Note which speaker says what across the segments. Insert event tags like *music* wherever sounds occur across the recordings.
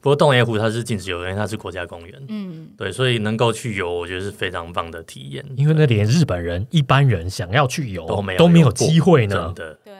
Speaker 1: 不过洞爷湖它是禁止游的，因为它是国家公园，
Speaker 2: 嗯，
Speaker 1: 对，所以能够去游，我觉得是非常棒的体验。
Speaker 3: 因为那连日本人一般人想要去游
Speaker 1: 都没有
Speaker 3: 哦都没有
Speaker 1: 游过
Speaker 3: 机会
Speaker 1: 真
Speaker 3: 呢。
Speaker 1: 的，
Speaker 2: 对，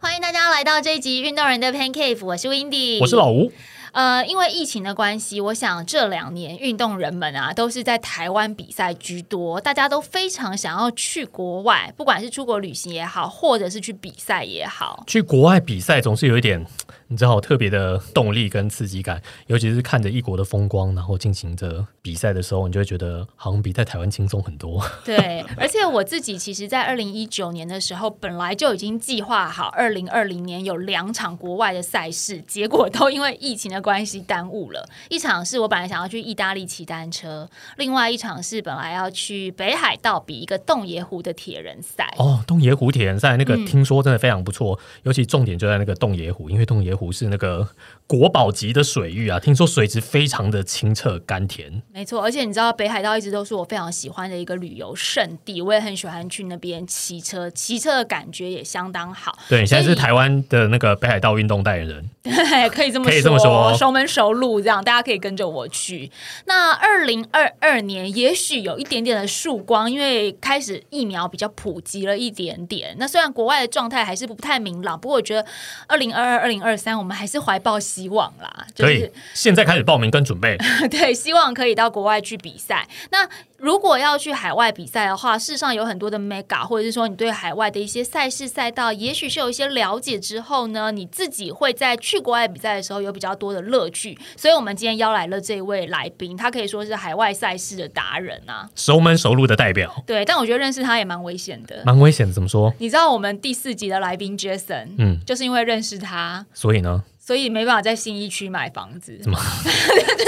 Speaker 2: 欢迎大家来到这一集《运动人的 Pan Cave》，我是 Windy，
Speaker 3: 我是老吴，
Speaker 2: 呃，因为疫情的关系，我想这两年运动人们啊，都是在台湾比赛居多，大家都非常想要去国外，不管是出国旅行也好，或者是去比赛也好。
Speaker 3: 去国外比赛总是有一点，你知道特别的动力跟刺激感，尤其是看着异国的风光，然后进行着比赛的时候，你就会觉得好像比在台湾轻松很多。 *laughs*
Speaker 2: 对，而且我自己其实，在二零一九年的时候，本来就已经计划好二零二零年有两场国外的赛事，结果都因为疫情的关系耽误了。一场是我本来想要去意大利骑单车，另外一场是本来要去北海道比一个洞爷湖的铁人赛。
Speaker 3: 哦，洞爷湖铁人赛那个
Speaker 2: 嗯
Speaker 3: 听说真的非常不错，尤其重点就在那个洞爷湖，因为洞爷湖是那个国宝级的水域啊，听说水质非常的清澈甘甜。
Speaker 2: 没错，而且你知道北海道一直都是我非常喜欢的一个旅游胜地，我也很喜欢去那边骑车，骑车的感觉也相当好，
Speaker 3: 对，你现在
Speaker 2: 所
Speaker 3: 是
Speaker 2: 以
Speaker 3: 台湾的那个北海道运动代言人，
Speaker 2: 对， *laughs* 可以这么
Speaker 3: 可以这么说
Speaker 2: 熟门熟路这样，大家可以跟着我去。那二零二二年也许有一点点的曙光，因为开始疫苗比较普及了一点点。那虽然国外的状态还是不太明朗，不过我觉得二零二二、二零二三我们还是怀抱希望啦，就
Speaker 3: 所
Speaker 2: 是
Speaker 3: 以现在开始报名跟准备。
Speaker 2: *laughs* 对，希望可以到国外去比赛。那如果要去海外比赛的话，事实上有很多的 mega，或者是说你对海外的一些赛事赛道，也许是有一些了解之后呢，你自己会在去国外比赛的时候有比较多的乐趣。所以我们今天邀来了这一位来宾，他可以说是海外赛事的达人啊。
Speaker 3: 熟门熟路的
Speaker 2: *laughs*
Speaker 3: 代表，
Speaker 2: 对，但我觉得认识他也蛮危险的。
Speaker 3: 蛮危险的。怎么说？
Speaker 2: 你知道我们第四集的来宾 Jason，
Speaker 3: 嗯，
Speaker 2: 就是因为认识他，
Speaker 3: 所以
Speaker 2: *laughs*
Speaker 3: 呢，
Speaker 2: 所以没办法在新一区买房子。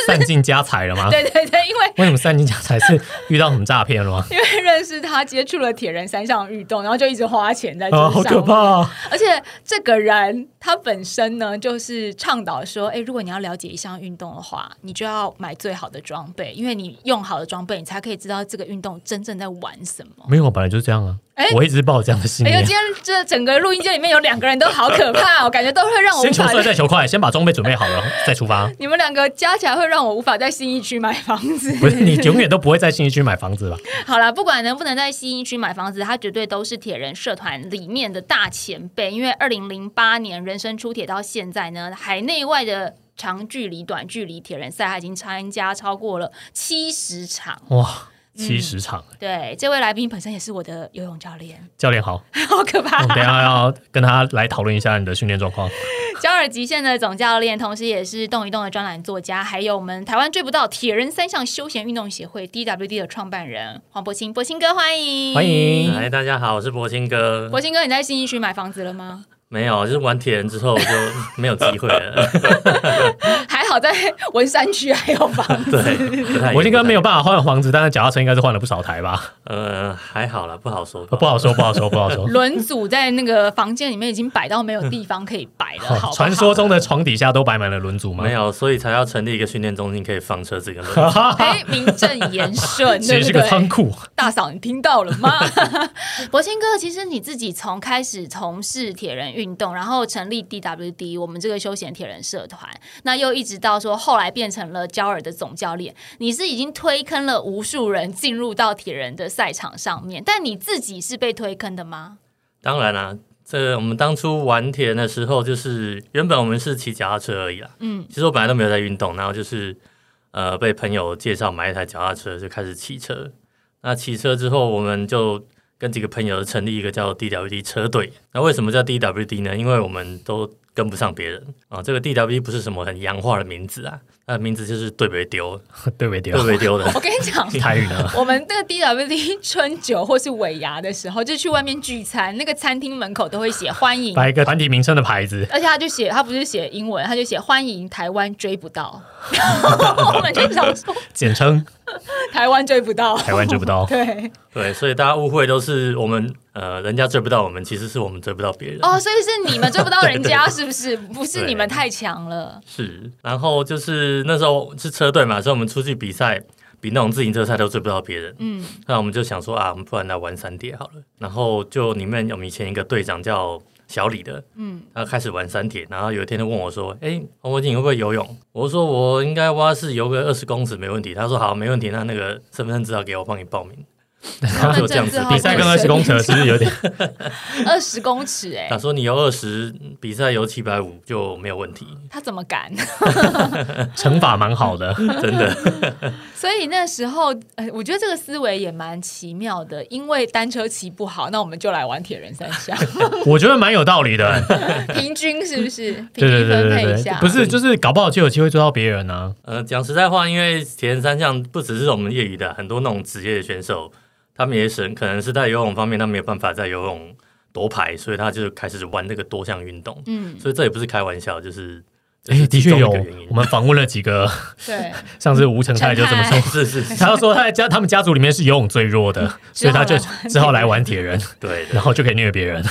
Speaker 3: 散尽家财了吗？
Speaker 2: 对对对，因为
Speaker 3: 为什么散尽家财是遇到什么诈骗
Speaker 2: *laughs*
Speaker 3: 了吗？
Speaker 2: 因为认识他，接触了铁人三项运动，然后就一直花钱在这
Speaker 3: 啊，
Speaker 2: 上面、
Speaker 3: 好可怕、啊！
Speaker 2: 而且这个人他本身呢，就是倡导说，哎，如果你要了解一项运动的话，你就要买最好的装备，因为你用好的装备，你才可以知道这个运动真正在玩什么。
Speaker 3: 没有，本来就是这样啊
Speaker 2: 哎。
Speaker 3: 我一直抱有这样的信
Speaker 2: 哎呦，
Speaker 3: 念
Speaker 2: 今。天这整个录音间里面有两个人都好可怕、哦，我感觉都会让我无
Speaker 3: 先求
Speaker 2: 法
Speaker 3: 帅，。再求
Speaker 2: *laughs*
Speaker 3: 快，先把装备准备好了再出发。
Speaker 2: 你们两个加起来会让我无法在新一区买房子。
Speaker 3: 不是你永远都不会在新一区买房子
Speaker 2: *laughs*
Speaker 3: 吧？
Speaker 2: 好啦，不管能不能在西营区买房子，他绝对都是铁人社团里面的大前辈。因为二零零八年人生出铁到现在呢，海内外的长距离、短距离铁人赛，他已经参加超过了七十场。
Speaker 3: 哇，七十场，
Speaker 2: 对，这位来宾本身也是我的游泳教练， *laughs*
Speaker 3: 教练好，
Speaker 2: 好可怕
Speaker 3: 我们等一下要跟他来讨论一下你的训练状况。
Speaker 2: 小尔极限的总教练，同时也是动一动的专栏作家，还有我们台湾追不到铁人三项休闲运动协会 DWD 的创办人黄博清，博清哥欢迎，
Speaker 3: 欢迎
Speaker 1: 嗨，哎大家好，我是博清哥。
Speaker 2: 博清哥，你在新义区买房子了吗？
Speaker 1: 没有，就是玩铁人之后我就没有机会
Speaker 3: *laughs*
Speaker 1: 了。
Speaker 2: 还好在文山区还有
Speaker 3: *laughs*
Speaker 2: 房子。
Speaker 1: 对，不太
Speaker 3: 我应该没有
Speaker 1: 不太
Speaker 3: 办法换房子，但是脚踏车应该是换了不少台
Speaker 1: *laughs*
Speaker 3: 吧？
Speaker 1: 呃，还好啦，不好说，
Speaker 3: 哦不好说，不好说，不好说。
Speaker 2: 轮组在那个房间里面已经摆到没有地方可以摆 *laughs* 了，好不好
Speaker 3: 传说中的床底下都摆满了轮组吗？
Speaker 1: 没，有，所以才要成立一个训练中心，可以放车子跟轮子。
Speaker 2: 哎，名正言
Speaker 3: *laughs*
Speaker 2: 顺，
Speaker 3: 其
Speaker 2: 对
Speaker 3: 实
Speaker 2: 不
Speaker 3: 是个仓
Speaker 2: 对？
Speaker 3: 库。
Speaker 2: 大嫂，你听到了
Speaker 3: *laughs*
Speaker 2: 吗？博清哥，其实你自己从开始从事铁人运动，然后成立 DWD 我们这个休闲铁人社团，那又一直到说后来变成了焦耳的总教练，你是已经推坑了无数人进入到铁人的赛场上面，但你自己是被推坑的吗？
Speaker 1: 当然啦、啊这我们当初玩铁人的时候，就是原本我们是骑脚踏车而已啦。
Speaker 2: 嗯，
Speaker 1: 其实我本来都没有在运动，然后就是呃被朋友介绍买一台脚踏车，就开始骑车。那骑车之后，我们就跟几个朋友成立一个叫 DWD 车队。那为什么叫 DWD 呢？因为我们都跟不上别人啊。这个 DWD 不是什么很洋化的名字啊，它的名字就是对别丢，
Speaker 3: 对不对？
Speaker 1: 对别丢的。
Speaker 2: 我跟你讲，
Speaker 3: 台语呢？ *laughs*
Speaker 2: 我们那个 DWD 春酒或是尾牙的时候，就去外面聚餐，那个餐厅门口都会写欢迎，
Speaker 3: 摆一个团体名称的牌子。
Speaker 2: 而且他就写他不是写英文，他就写欢迎台湾追不
Speaker 3: *laughs*
Speaker 2: 到，我们就想说
Speaker 3: 简称
Speaker 2: 台湾追不
Speaker 3: *laughs*
Speaker 2: 到，
Speaker 3: 台湾追
Speaker 2: *laughs*
Speaker 3: 不到
Speaker 2: 对
Speaker 1: 对，所以大家误会都是我们呃，人家追不到我们，其实是我们追不到别人。
Speaker 2: 哦，所以是你们追不到人家，是不是？不是你们太强了，
Speaker 1: 是，然后就是那时候是车队嘛，所以我们出去比赛，比那种自行车赛都追不到别人。
Speaker 2: 嗯
Speaker 1: 那我们就想说啊，我们不然来玩三铁好了。然后就里面我们以前一个队长叫小李的，
Speaker 2: 嗯，
Speaker 1: 他开始玩三铁，然后有一天就问我说：“哎、黄国进你会不会游泳？”我说：“我应该蛙式游个二十公尺没问题。”他说：“好，没问题，那那个身份证资料给我，帮你报名。”然后就这样子
Speaker 2: 身份证字号
Speaker 3: 比赛跟二十公尺是不是有点？
Speaker 2: 二十公尺哎、
Speaker 1: 他说：“你游二十，比赛游七百五就没有问题。
Speaker 2: 他怎么敢？
Speaker 3: 惩罚蛮好的，真的。
Speaker 2: 所以那时候，呃，我觉得这个思维也蛮奇妙的，因为单车骑不好，那我们就来玩铁人三项，
Speaker 3: *laughs* 我觉得蛮有道
Speaker 2: *laughs*
Speaker 3: 理的。
Speaker 2: 平均是不是？平
Speaker 3: 对对
Speaker 2: 均
Speaker 3: 对
Speaker 2: 分
Speaker 3: 对
Speaker 2: 配一
Speaker 3: 对
Speaker 2: 下，
Speaker 3: 对，不是就是搞不好就有机会追到别人啊呢、”
Speaker 1: 呃，讲实在话，因为铁人三项不只是我们业余的，很多那种职业的选手，他们也是可能是在游泳方面，他没有办法在游泳夺牌，所以他就开始玩这个多项运动。
Speaker 2: 嗯，
Speaker 1: 所以这也不是开玩笑，就是
Speaker 3: 哎、的确有
Speaker 1: 这是其中一个原因，
Speaker 3: 我们访问了几个， *laughs*
Speaker 2: 对，
Speaker 3: 上次吴成泰就这么说，
Speaker 1: 是是是，
Speaker 3: *laughs* 他就说他在家他们家族里面是游泳最
Speaker 2: *laughs*
Speaker 3: 弱的，所以他就只好来玩铁人，
Speaker 1: 对的
Speaker 3: 然。后就可以虐别人。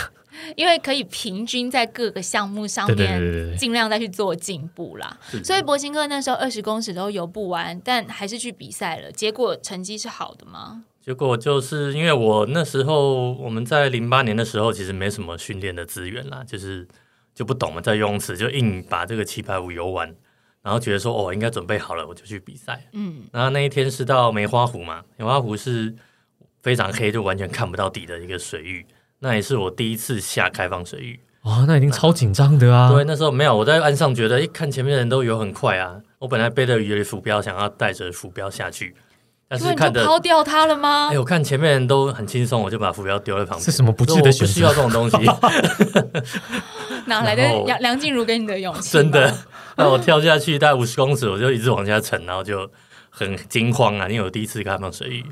Speaker 2: 因为可以平均在各个项目上
Speaker 3: 对对对对
Speaker 2: 面
Speaker 3: 对
Speaker 2: 尽量再去做进步啦。
Speaker 1: 是
Speaker 2: 所以博兴哥那时候二十公尺都游不完，但还是去比赛了，结果成绩是好的吗？
Speaker 1: 结果就是因为我那时候我们在零八年的时候，其实没什么训练的资源啦，就是就不懂嘛，在游泳池就硬把这个七百五游完，然后觉得说哦应该准备好了，我就去比赛。
Speaker 2: 嗯，
Speaker 1: 然后那一天是到梅花湖嘛，梅花湖是非常黑，就完全看不到底的一个水域。那也是我第一次下开放水域，
Speaker 3: 哦，那一定超紧张的啊！
Speaker 1: 对，那时候没有，我在岸上觉得，一看前面的人都游很快啊，我本来背着鱼雷浮标，想要带着浮标下去，但
Speaker 2: 所
Speaker 1: 是
Speaker 2: 以你
Speaker 1: 看
Speaker 2: 就
Speaker 1: 的，
Speaker 2: 抛掉它了吗
Speaker 1: 哎、？我看前面人都很轻松，我就把浮标丢在旁边。
Speaker 3: 是什么不智
Speaker 1: 我
Speaker 3: 的
Speaker 1: 说我
Speaker 3: 选
Speaker 1: 不需要
Speaker 3: 择？
Speaker 1: 这种东西，
Speaker 3: *laughs*
Speaker 2: 哪来的
Speaker 1: 然后
Speaker 2: 梁梁静茹给你的勇气？
Speaker 1: 真的。那我跳下去大概五十公尺，我就一直往下沉，然后就很惊慌啊，因为我第一次开放水域，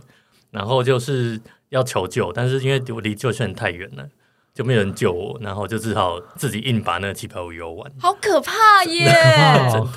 Speaker 1: 然后就是要求救，但是因为我离救生员太远了，就没有人救我，然后我就只好自己硬把那个气泡游完。
Speaker 2: 好可怕耶！
Speaker 3: 哦，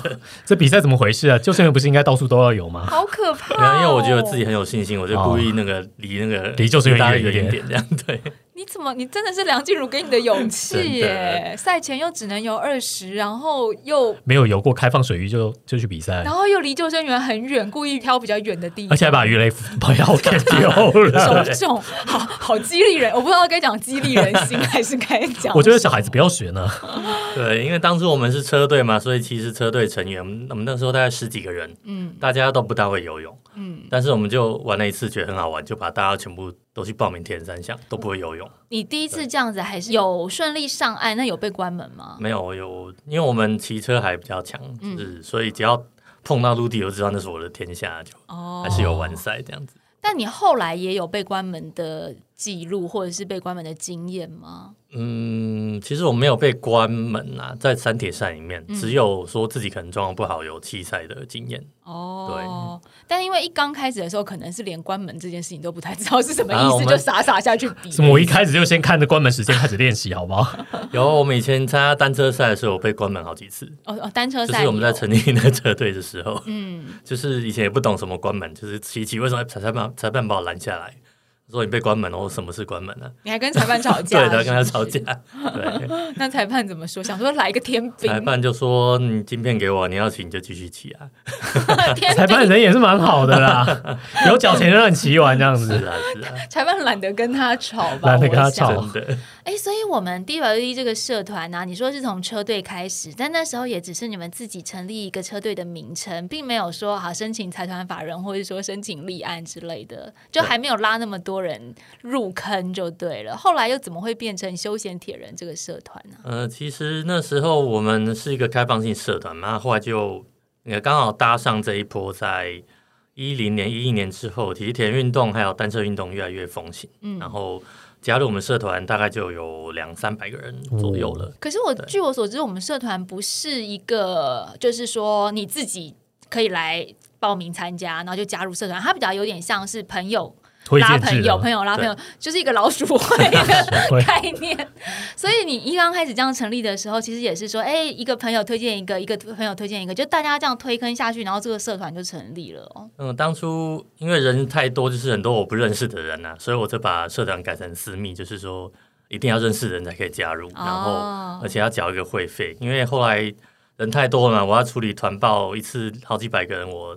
Speaker 3: 这比赛怎么回事啊？救生员不是应该到处都要有吗？
Speaker 2: 好可
Speaker 1: 没
Speaker 2: 怕、
Speaker 1: 有，
Speaker 2: 哦！
Speaker 1: 因为我觉得自己很有信心，我就故意那个离那个
Speaker 3: 哦离救生员
Speaker 1: 大家
Speaker 3: 远一
Speaker 1: 远点，
Speaker 3: 点
Speaker 1: 这样对。
Speaker 2: 你怎么，你真的是梁静茹给你的勇气
Speaker 1: 真
Speaker 2: 耶！赛前又只能游二十，然后又
Speaker 3: 没有游过开放水域就就去比
Speaker 1: 哎
Speaker 3: 赛
Speaker 2: 然，后又离救生员很远，故意挑比较远的地
Speaker 3: 而
Speaker 2: 方。
Speaker 3: 且还把鱼雷不要给
Speaker 2: *laughs*
Speaker 3: 丢了。
Speaker 2: 种种好好激励人，我不知道该讲激励人心还是该讲。
Speaker 3: 我觉得小孩子不要学呢，
Speaker 1: 对，因为当初我们是车队嘛，所以其实车队成员，我们那时候大概十几个人，
Speaker 2: 嗯
Speaker 1: 大家都不大会游泳，
Speaker 2: 嗯，
Speaker 1: 但是我们就玩了一次，觉得很好玩，就把大家全部都去报名铁人三项，都不会游泳。
Speaker 2: 你第一次这样子还是有顺利上岸，那有被关门吗？
Speaker 1: 没有，我有，因为我们骑车还比较强，
Speaker 2: 嗯
Speaker 1: 就是所以只要碰到陆地，我就知道那是我的天下，就
Speaker 2: 哦
Speaker 1: 还，是有完赛这样子。
Speaker 2: 但你后来也有被关门的记录，或者是被关门的经验吗？
Speaker 1: 嗯，其实我没有被关门啊，在山铁赛里面，
Speaker 2: 嗯
Speaker 1: 只有说自己可能状况不好有弃赛的经验。
Speaker 2: 哦，但因为一刚开始的时候，可能是连关门这件事情都不太知道是什么
Speaker 1: 啊
Speaker 2: 意
Speaker 1: 我
Speaker 2: 思，
Speaker 1: 们
Speaker 2: 就傻傻下去比。
Speaker 3: 怎么我一开始就先看着关门时间开始练习，好
Speaker 2: *laughs*
Speaker 3: 不好？
Speaker 1: 有，我们以前参加单车赛的时候，我被关门好几次，
Speaker 2: 哦哦，单车
Speaker 1: 就
Speaker 2: 赛
Speaker 1: 是我们在
Speaker 2: 有
Speaker 1: 成立那个车队的时候，
Speaker 2: 嗯，
Speaker 1: *laughs* 就是以前也不懂什么关门，就是骑骑为什么裁判把裁判把我拦下来，说你被关门了，哦我说什么是关门呢、
Speaker 2: 你还跟裁判吵
Speaker 1: *laughs* 对
Speaker 2: 架，
Speaker 1: 的，跟他
Speaker 2: 是不
Speaker 1: 吵
Speaker 2: 是
Speaker 1: 架，对，
Speaker 2: *laughs* 那裁判怎么说？想说来个天 *laughs* 饼
Speaker 1: 裁，判就说你晶片给我，你要骑你就继续骑啊，
Speaker 2: *laughs* 天
Speaker 3: 裁
Speaker 2: 饼
Speaker 3: 判人也是蛮好
Speaker 2: *laughs*
Speaker 3: 的啦，有脚钱就让你骑完这样
Speaker 1: 是
Speaker 3: 子。
Speaker 1: 啊是啊，
Speaker 2: 裁判懒得跟他吵吧，
Speaker 3: *laughs* 懒得跟他
Speaker 2: 我想
Speaker 3: 吵
Speaker 1: 真的，
Speaker 2: 哎、所以我们 D W E 这个社团呢、你说是从车队开始，但那时候也只是你们自己成立一个车队的名称，并没有说好申请财团法人，或者说申请立案之类的，就还没有拉那么多人入坑就对了。后来又怎么会变成休闲铁人这个社团呢、
Speaker 1: 呃，其实那时候我们是一个开放性社团嘛，后来就也刚好搭上这一波，在一零年、一一年之后，体育田运动还有单车运动越来越风行，
Speaker 2: 嗯
Speaker 1: 然后加入我们社团大概就有两三百个人左右了。
Speaker 2: 可是我据我所知，我们社团不是一个，就是说你自己可以来报名参加，然后就加入社团，它比较有点像是朋友
Speaker 3: 推
Speaker 2: 拉
Speaker 3: 荐
Speaker 2: 朋
Speaker 3: 制
Speaker 2: 友，
Speaker 3: 的，
Speaker 2: 朋友拉
Speaker 1: 对
Speaker 2: 朋友，就是一个老鼠会的
Speaker 3: 会
Speaker 2: 概念。所以你一刚开始这样成立的时候，其实也是说，哎、一个朋友推荐一个，一个朋友推荐一个，就大家这样推坑下去，然后这个社团就成立了哦。
Speaker 1: 嗯，当初因为人太多，就是很多我不认识的人啊，所以我就把社团改成私密，就是说一定要认识人才可以加入，然
Speaker 2: 哦
Speaker 1: 后而且要缴一个会费，因为后来人太多了嘛，我要处理团报一次好几百个人，我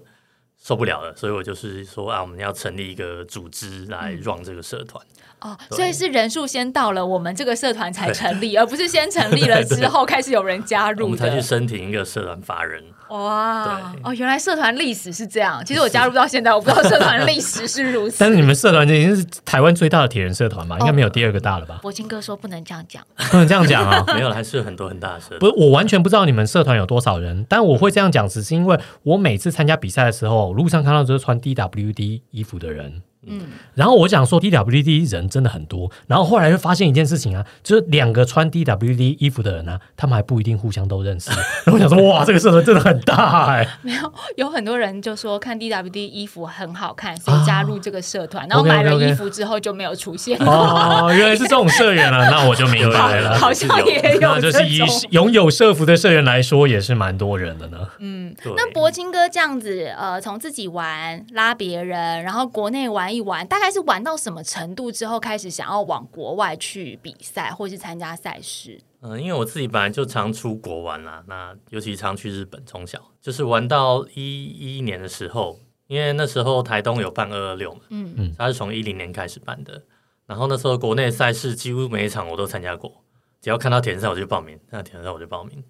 Speaker 1: 受不了了，所以我就是说啊，我们要成立一个组织来
Speaker 2: 嗯
Speaker 1: run 这个社团。
Speaker 2: 哦，
Speaker 1: 对
Speaker 2: 所以是人数先到了，我们这个社团才成立，而不是先成立了之后开始有人加
Speaker 1: 我
Speaker 2: 入
Speaker 1: 们才去
Speaker 2: 的。
Speaker 1: 申请一个社团法
Speaker 2: *laughs*
Speaker 1: 人，
Speaker 2: 哇，
Speaker 1: 对
Speaker 2: 哦，原来社团历史是这样。其实我加入到现在，我不知道社团历史是
Speaker 1: *laughs*
Speaker 2: 如
Speaker 3: 但
Speaker 2: 此。
Speaker 3: 是你们社团已经是台湾最大的铁人社团嘛，应该没有第二个大了
Speaker 2: *laughs*
Speaker 3: 吧？
Speaker 2: 博金哥说不能这样讲，
Speaker 3: 不能这样讲啊。
Speaker 1: 没有，还是有很多很大的社团
Speaker 3: 不。是，我完全不知道你们社团有多少人，但我会这样讲，只是因为我每次参加比赛的时候，路上看到就是穿 DWD 衣服的人，
Speaker 2: 嗯，
Speaker 3: 然后我想说 DWD 人真的很多，然后后来就发现一件事情啊，就是两个穿 DWD 衣服的人啊，他们还不一定互相都认识。 *laughs* 然后我想说，哇，这个社团真的很大哎、
Speaker 2: 没有，有很多人就说看 DWD 衣服很好看，所以加入这个社团，然后
Speaker 3: OK，OK，
Speaker 2: 买了
Speaker 3: OK
Speaker 2: 衣服之后就没有出现。
Speaker 3: 哦，原来是这种社员啊，那我就明白了。
Speaker 2: *laughs* 好像也有
Speaker 3: 那就是以
Speaker 2: 这种
Speaker 3: 拥有社服的社员来说，也是蛮多人的呢。
Speaker 2: 嗯，
Speaker 1: 对
Speaker 2: 那铂金哥这样子，呃，从自己玩拉别人，然后国内玩一玩，大概是玩到什么程度之后，开始想要往国外去比赛或是参加赛事？
Speaker 1: 嗯，因为我自己本来就常出国玩啦，那尤其常去日本。从小就是玩到一一年的时候，因为那时候台东有办二二六嘛，
Speaker 2: 嗯，
Speaker 1: 它是从一零年开始办的。然后那时候国内赛事几乎每一场我都参加过，只要看到田赛我就报名，那田赛我就报名。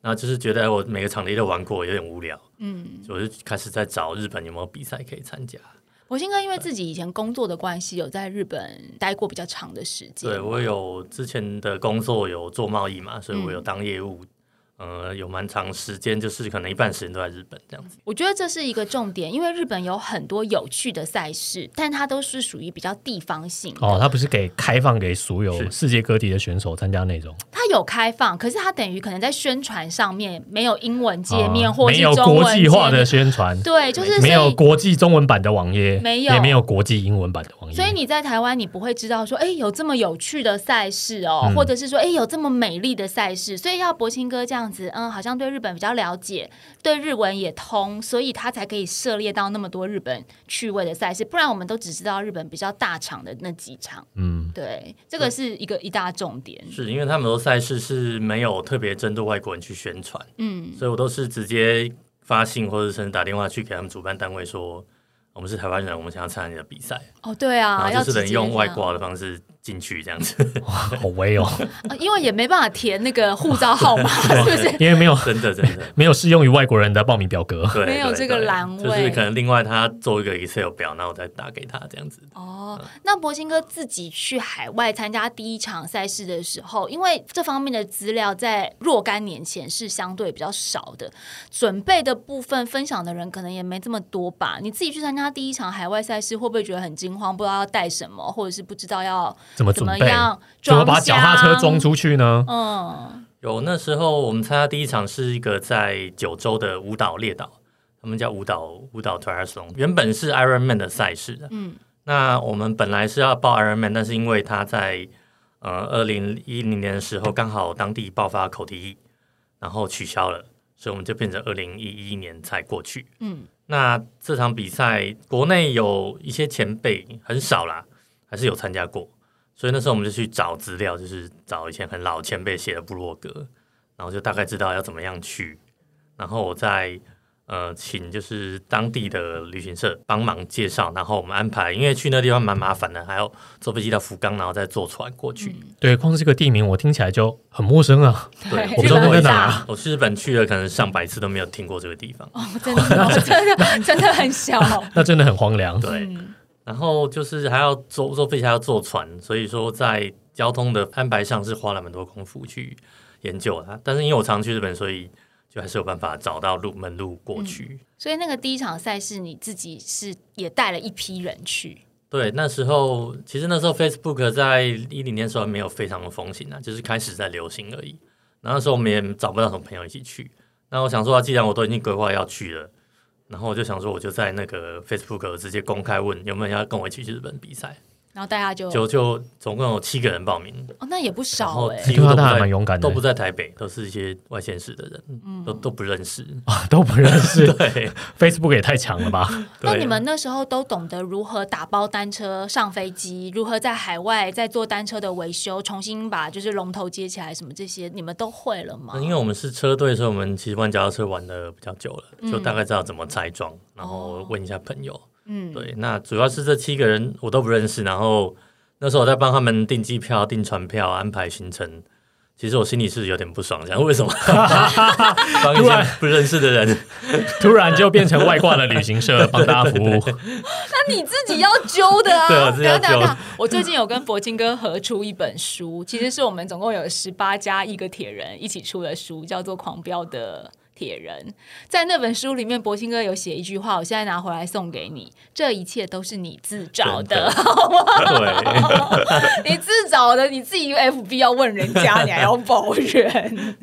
Speaker 1: 然后就是觉得哎我每个场地都玩过，有点无聊，
Speaker 2: 嗯，
Speaker 1: 所以我就开始在找日本有没有比赛可以参加。
Speaker 2: 铂金哥因为自己以前工作的关系，有在日本待过比较长的时间。
Speaker 1: 对我有之前的工作有做贸易嘛，所以我有
Speaker 2: 嗯
Speaker 1: 当业务，呃，有蛮长时间，就是可能一半时间都在日本这样子。
Speaker 2: 我觉得这是一个重点，因为日本有很多有趣的赛事，但它都是属于比较地方性的。
Speaker 3: 哦，它不是给开放给所有
Speaker 1: 是
Speaker 3: 世界各地的选手参加那种。
Speaker 2: 它有开放，可是它等于可能在宣传上面没有英文界面，
Speaker 3: 啊
Speaker 2: 或是
Speaker 3: 没有
Speaker 2: 中
Speaker 3: 国
Speaker 2: 文
Speaker 3: 际化
Speaker 2: 界
Speaker 3: 的
Speaker 2: 面
Speaker 3: 宣传，
Speaker 2: 对，就是
Speaker 3: 没
Speaker 2: 所
Speaker 3: 有
Speaker 2: 以
Speaker 3: 国际中文版的网页，
Speaker 2: 没有
Speaker 3: 也没有国际英文版的网页。
Speaker 2: 所以你在台湾，你不会知道说，哎、有这么有趣的赛事哦，
Speaker 3: 嗯
Speaker 2: 或者是说，哎、有这么美丽的赛事。所以要博清哥这样子，嗯，好像对日本比较了解，对日文也通，所以他才可以涉猎到那么多日本趣味的赛事。不然我们都只知道日本比较大场的那几场。
Speaker 3: 嗯，
Speaker 2: 对，这个是一个一大重点。
Speaker 1: 是因为他们的赛事是没有特别针对外国人去宣传，
Speaker 2: 嗯，
Speaker 1: 所以我都是直接发信或者甚至打电话去给他们主办单位说，我们是台湾人，我们想要参加你的比赛，
Speaker 2: 哦，对啊，
Speaker 1: 然
Speaker 2: 要
Speaker 1: 后就是
Speaker 2: 直
Speaker 1: 能
Speaker 2: 接
Speaker 1: 用
Speaker 2: 这
Speaker 1: 外
Speaker 2: 样
Speaker 1: 挂的方式进去这样子，
Speaker 3: *laughs* 好威哦， *laughs*
Speaker 2: 啊因为也没办法填那个护照号码，是不是？
Speaker 3: 因为没有
Speaker 1: *laughs* 真的真的。
Speaker 3: 没有适用于外国人的报名表格。 *laughs*
Speaker 1: 对，
Speaker 2: 没有
Speaker 1: 对
Speaker 2: 这个
Speaker 1: 对
Speaker 2: 栏
Speaker 1: 就是
Speaker 2: 位
Speaker 1: 可能另外他做一个 Excel 表，然后我再打给他这样子。
Speaker 2: 哦， *laughs* 那博兴哥自己去海外参加第一场赛事的时候，因为这方面的资料在若干年前是相对比较少的，准备的部分分享的人可能也没这么多吧。你自己去参加第一场海外赛事，会不会觉得很惊慌，不知道要带什么，或者是不知道要
Speaker 3: 怎么
Speaker 2: 怎
Speaker 3: 准
Speaker 2: 么
Speaker 3: 备？
Speaker 2: 样
Speaker 3: 怎
Speaker 2: 装
Speaker 3: 么把脚踏车装出去呢？
Speaker 2: 箱？嗯，
Speaker 1: 有那时候我们参加第一场是一个在九州的舞蹈列岛，他们叫舞蹈舞蹈 triathlon，原本是 Ironman 的赛事的。
Speaker 2: 嗯，
Speaker 1: 那我们本来是要报 Ironman，但是因为他在呃二零一零年的时候刚好当地爆发口蹄疫，然后取消了，所以我们就变成二零一一年才过去。
Speaker 2: 嗯，
Speaker 1: 那这场比赛国内有一些前辈很少啦，还是有参加过，所以那时候我们就去找资料，就是找以前很老前辈写的部落格，然后就大概知道要怎么样去，然后我再呃请就是当地的旅行社帮忙介绍，然后我们安排，因为去那地方蛮麻烦的，还要坐飞机到福冈，然后再坐船过去。
Speaker 3: 对，光是这个地名我听起来就很陌生啊。 *laughs*
Speaker 1: 对，
Speaker 3: 我不
Speaker 2: 日
Speaker 3: 知道
Speaker 2: 本
Speaker 3: 那在
Speaker 2: 很
Speaker 3: 哪
Speaker 2: 大，
Speaker 3: 啊
Speaker 1: 我去日本去了可能上百次都没有听过这个地方。
Speaker 2: 哦，真的哦，
Speaker 3: *laughs*
Speaker 2: 真的，真的很小。
Speaker 3: 那真的很荒凉。
Speaker 1: 对，
Speaker 2: 嗯
Speaker 1: 然后就是还要坐坐飞机，还要坐船，所以说在交通的安排上是花了蛮多功夫去研究它。但是因为我常去日本，所以就还是有办法找到路门路过去。
Speaker 2: 所以那个第一场赛事，你自己是也带了一批人去。
Speaker 1: 对，那时候其实那时候 Facebook 在一零年的时候还没有非常的风行啊，就是开始在流行而已。然后那时候我们也找不到什么朋友一起去。那我想说、啊，既然我都已经规划要去了，然后我就想说，我就在那个 Facebook 直接公开问有没有人要跟我一起去日本比赛。
Speaker 2: 然后大家就
Speaker 1: 就就总共有七个人报名，
Speaker 2: 哦，那也不
Speaker 1: 然
Speaker 2: 少
Speaker 1: 后
Speaker 2: 哎、
Speaker 1: 几乎
Speaker 3: 对啊
Speaker 1: 都不
Speaker 3: 那还
Speaker 1: 在
Speaker 3: 蛮勇敢
Speaker 1: 都
Speaker 3: 的
Speaker 1: 不在台北，都是一些外县市的人，都都不认识。 *laughs*
Speaker 3: 啊， *laughs* *laughs* 都不认识。
Speaker 1: 对，
Speaker 3: Facebook 也太强了吧？ *laughs*
Speaker 2: 那
Speaker 1: 对
Speaker 2: 你们那时候都懂得如何打包单车上飞机，如何在海外再做单车的维修，重新把就是龙头接起来，什么这些你们都会了吗
Speaker 1: 那？因为我们是车队，所以我们其实玩脚踏车玩的比较久了，就大概知道怎么拆装，然后问一下朋友。
Speaker 2: 嗯，
Speaker 1: 对，那主要是这七个人我都不认识，然后那时候我在帮他们订机票、订船票、安排行程。其实我心里是有点不爽，想为什么 *laughs* 帮一
Speaker 3: 突
Speaker 1: 些
Speaker 3: 然
Speaker 1: 不认识的人？ *laughs*
Speaker 3: 突然就变成外挂的旅行社帮大家 *laughs* 服务，
Speaker 2: 那你自己要揪的啊！
Speaker 1: *laughs* 对我自己要揪
Speaker 2: 等一下等一下我最近有跟博金哥合出一本书，其实是我们总共有十八加一个铁人一起出的书，叫做《狂飙的铁人》。在那本书里面，博金哥有写一句话，我现在拿回来送给你：这一切都是你自找的，
Speaker 1: 对，
Speaker 2: 你自找的，你自己 FB 要问人家，你还要抱怨。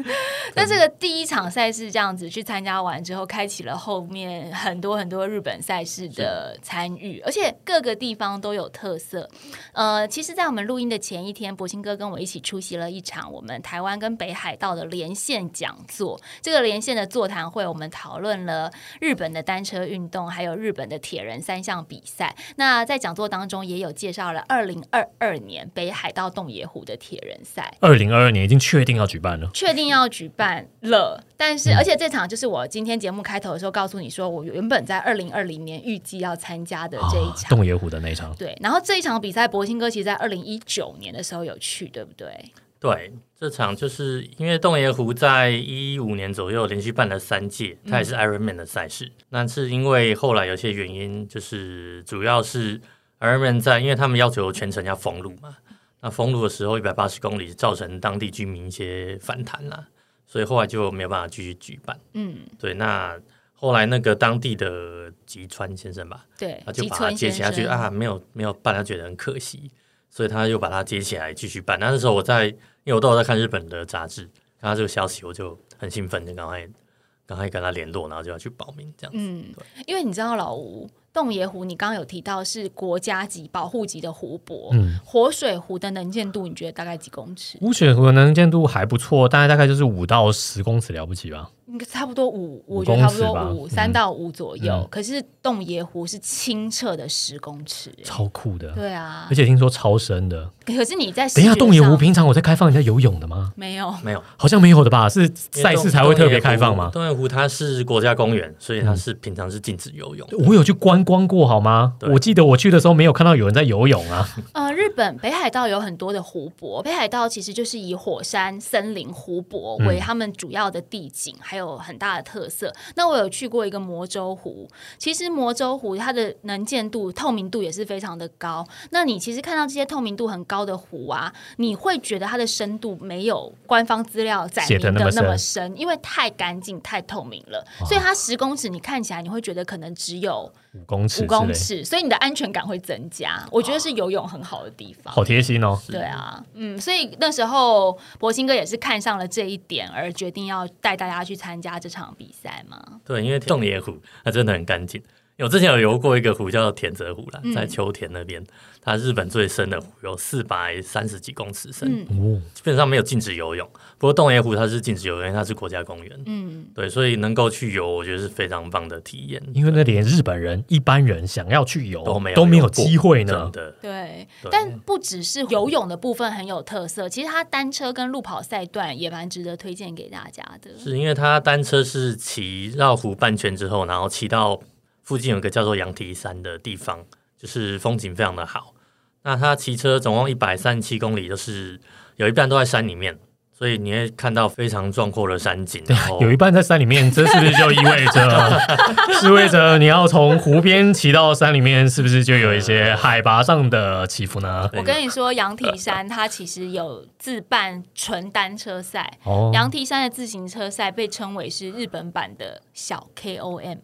Speaker 2: 但这个第一场赛事这样子去参加完之后，开启了后面很多很多日本赛事的参与，而且各个地方都有特色。呃，其实，在我们录音的前一天，博兴哥跟我一起出席了一场我们台湾跟北海道的连线讲座。这个连线的座谈会，我们讨论了日本的单车运动，还有日本的铁人三项比赛。那在讲座当中，也有介绍了二零二二年北海道洞爷湖的铁人赛。
Speaker 3: 二零二二年已经确定要举办了。
Speaker 2: 确定要举办了，但
Speaker 1: 嗯
Speaker 2: 是而且这场就是我今天节目开头的时候告诉你说，我原本在二零二零年预计要参加的这一
Speaker 3: 啊
Speaker 2: 场，
Speaker 3: 洞爷湖的那一场，
Speaker 2: 对，然后这一场比赛，博兴哥其实在二零一九年的时候有去，对不对？
Speaker 1: 对，这场就是因为洞爷湖在一五年左右连续办了三届，它也是 Ironman 的赛事。那、是因为后来有些原因，就是主要是 Ironman 在，因为他们要求全程要封路嘛，那封路的时候一百八十公里，造成当地居民一些反弹啦，所以后来就没有办法继续举办。
Speaker 2: 嗯，
Speaker 1: 对，那后来那个当地的吉川先生吧，
Speaker 2: 对
Speaker 1: 他，就
Speaker 2: 吉
Speaker 1: 把它
Speaker 2: 村
Speaker 1: 接
Speaker 2: 先
Speaker 1: 起来，他觉
Speaker 2: 生
Speaker 1: 得啊，没有没有办，他觉得很可惜，所以他又把它接起来继续办。那那时候我在，因为我都有在看日本的杂志，看到这个消息，我就很兴奋，就赶快赶快跟他联络，然后就要去报名这样子。
Speaker 2: 嗯，因为你知道老吴洞爷湖，你刚刚有提到是国家级保护级的湖泊，
Speaker 3: 嗯
Speaker 2: 活水湖的能见度你觉得大概几公尺？
Speaker 3: 乌雪湖的能见度还不错，大概大概就是五到十公尺了不起吧。
Speaker 2: 应该差不多五，
Speaker 3: 五
Speaker 2: 我觉得差不
Speaker 3: 公尺吧
Speaker 2: 多五，
Speaker 3: 嗯
Speaker 2: 三到五左右。
Speaker 3: 嗯
Speaker 2: 可是洞爷湖是清澈的十公尺，哎
Speaker 3: 超酷的，
Speaker 2: 对啊
Speaker 3: 而。且听说超深的。
Speaker 2: 可是你在
Speaker 3: 等一
Speaker 2: 视
Speaker 3: 下，
Speaker 2: 觉
Speaker 3: 洞爷湖
Speaker 2: 上
Speaker 3: 平常我在开放人家游泳的吗？
Speaker 2: 没有，
Speaker 1: 没有
Speaker 3: 好像没有的吧？是
Speaker 1: 因为
Speaker 3: 赛事
Speaker 1: 洞
Speaker 3: 才会特别开放吗？嗯
Speaker 1: 洞爷湖洞爷湖它是国家公园，所以它是平常是禁止游泳的。
Speaker 3: 我有去观光过好吗？
Speaker 1: 对
Speaker 3: 我记得我去的时候没有看到有人在游泳啊。
Speaker 2: 呃，日本北海道有很多的湖泊，北海道其实就是以火山、森林、湖泊
Speaker 3: 嗯
Speaker 2: 为他们主要的地景，还有很大的特色。那我有去过一个魔州湖，其实魔州湖它的能见度、透明度也是非常的高。那你其实看到这些透明度很高的湖啊，你会觉得它的深度没有官方资料载
Speaker 3: 写
Speaker 2: 明
Speaker 3: 得
Speaker 2: 的
Speaker 3: 那么
Speaker 2: 那么
Speaker 3: 深哦
Speaker 2: 深，因为太干净、太透明了，所以它十公尺你看起来你会觉得可能只有
Speaker 3: 五公尺
Speaker 2: 五
Speaker 3: 之
Speaker 2: 公
Speaker 3: 类，
Speaker 2: 尺，所以你的安全感会增加。我觉得是游泳很好的地方。
Speaker 3: 好贴心哦。
Speaker 2: 对啊，嗯，所以那时候博兴哥也是看上了这一点，而决定要带大家去参加这场比赛嘛。
Speaker 1: 对，因为洞爷湖它真的很干净。因为我之前有游过一个湖叫田泽湖啦，
Speaker 2: 嗯
Speaker 1: 在秋田那边，它日本最深的湖有四百三十几公尺深。
Speaker 2: 嗯
Speaker 3: 哦，
Speaker 1: 基本上没有禁止游泳，不过洞爷湖它是禁止游泳，因为它是国家公园，
Speaker 2: 嗯，
Speaker 1: 对，所以能够去游，我觉得是非常棒的体验。
Speaker 3: 因为那连日本人、一般人想要去游
Speaker 1: 都没有
Speaker 3: 哦都没有
Speaker 1: 游过
Speaker 3: 机会
Speaker 1: 真
Speaker 3: 呢。
Speaker 1: 的，
Speaker 2: 对。
Speaker 1: 对
Speaker 2: 但不只是游泳的部分很有特色，其实它单车跟路跑赛段也蛮值得推荐给大家的。
Speaker 1: 是因为它单车是骑绕湖半圈之后，然后骑到附近有一个叫做羊蹄山的地方，就是风景非常的好。那它骑车总共一百三十七公里，就是有一半都在山里面，所以你会看到非常壮阔的山景。然后
Speaker 3: 有一半在山里面，这是不是就意味
Speaker 1: *laughs*
Speaker 3: 着，意味着你要从湖边骑到山里面，是不是就有一些海拔上的起伏呢？
Speaker 2: 我跟你说，羊蹄山它其实有自办纯单车赛，
Speaker 3: 哦，
Speaker 2: 羊蹄山的自行车赛被称为是日本版的小 KOM，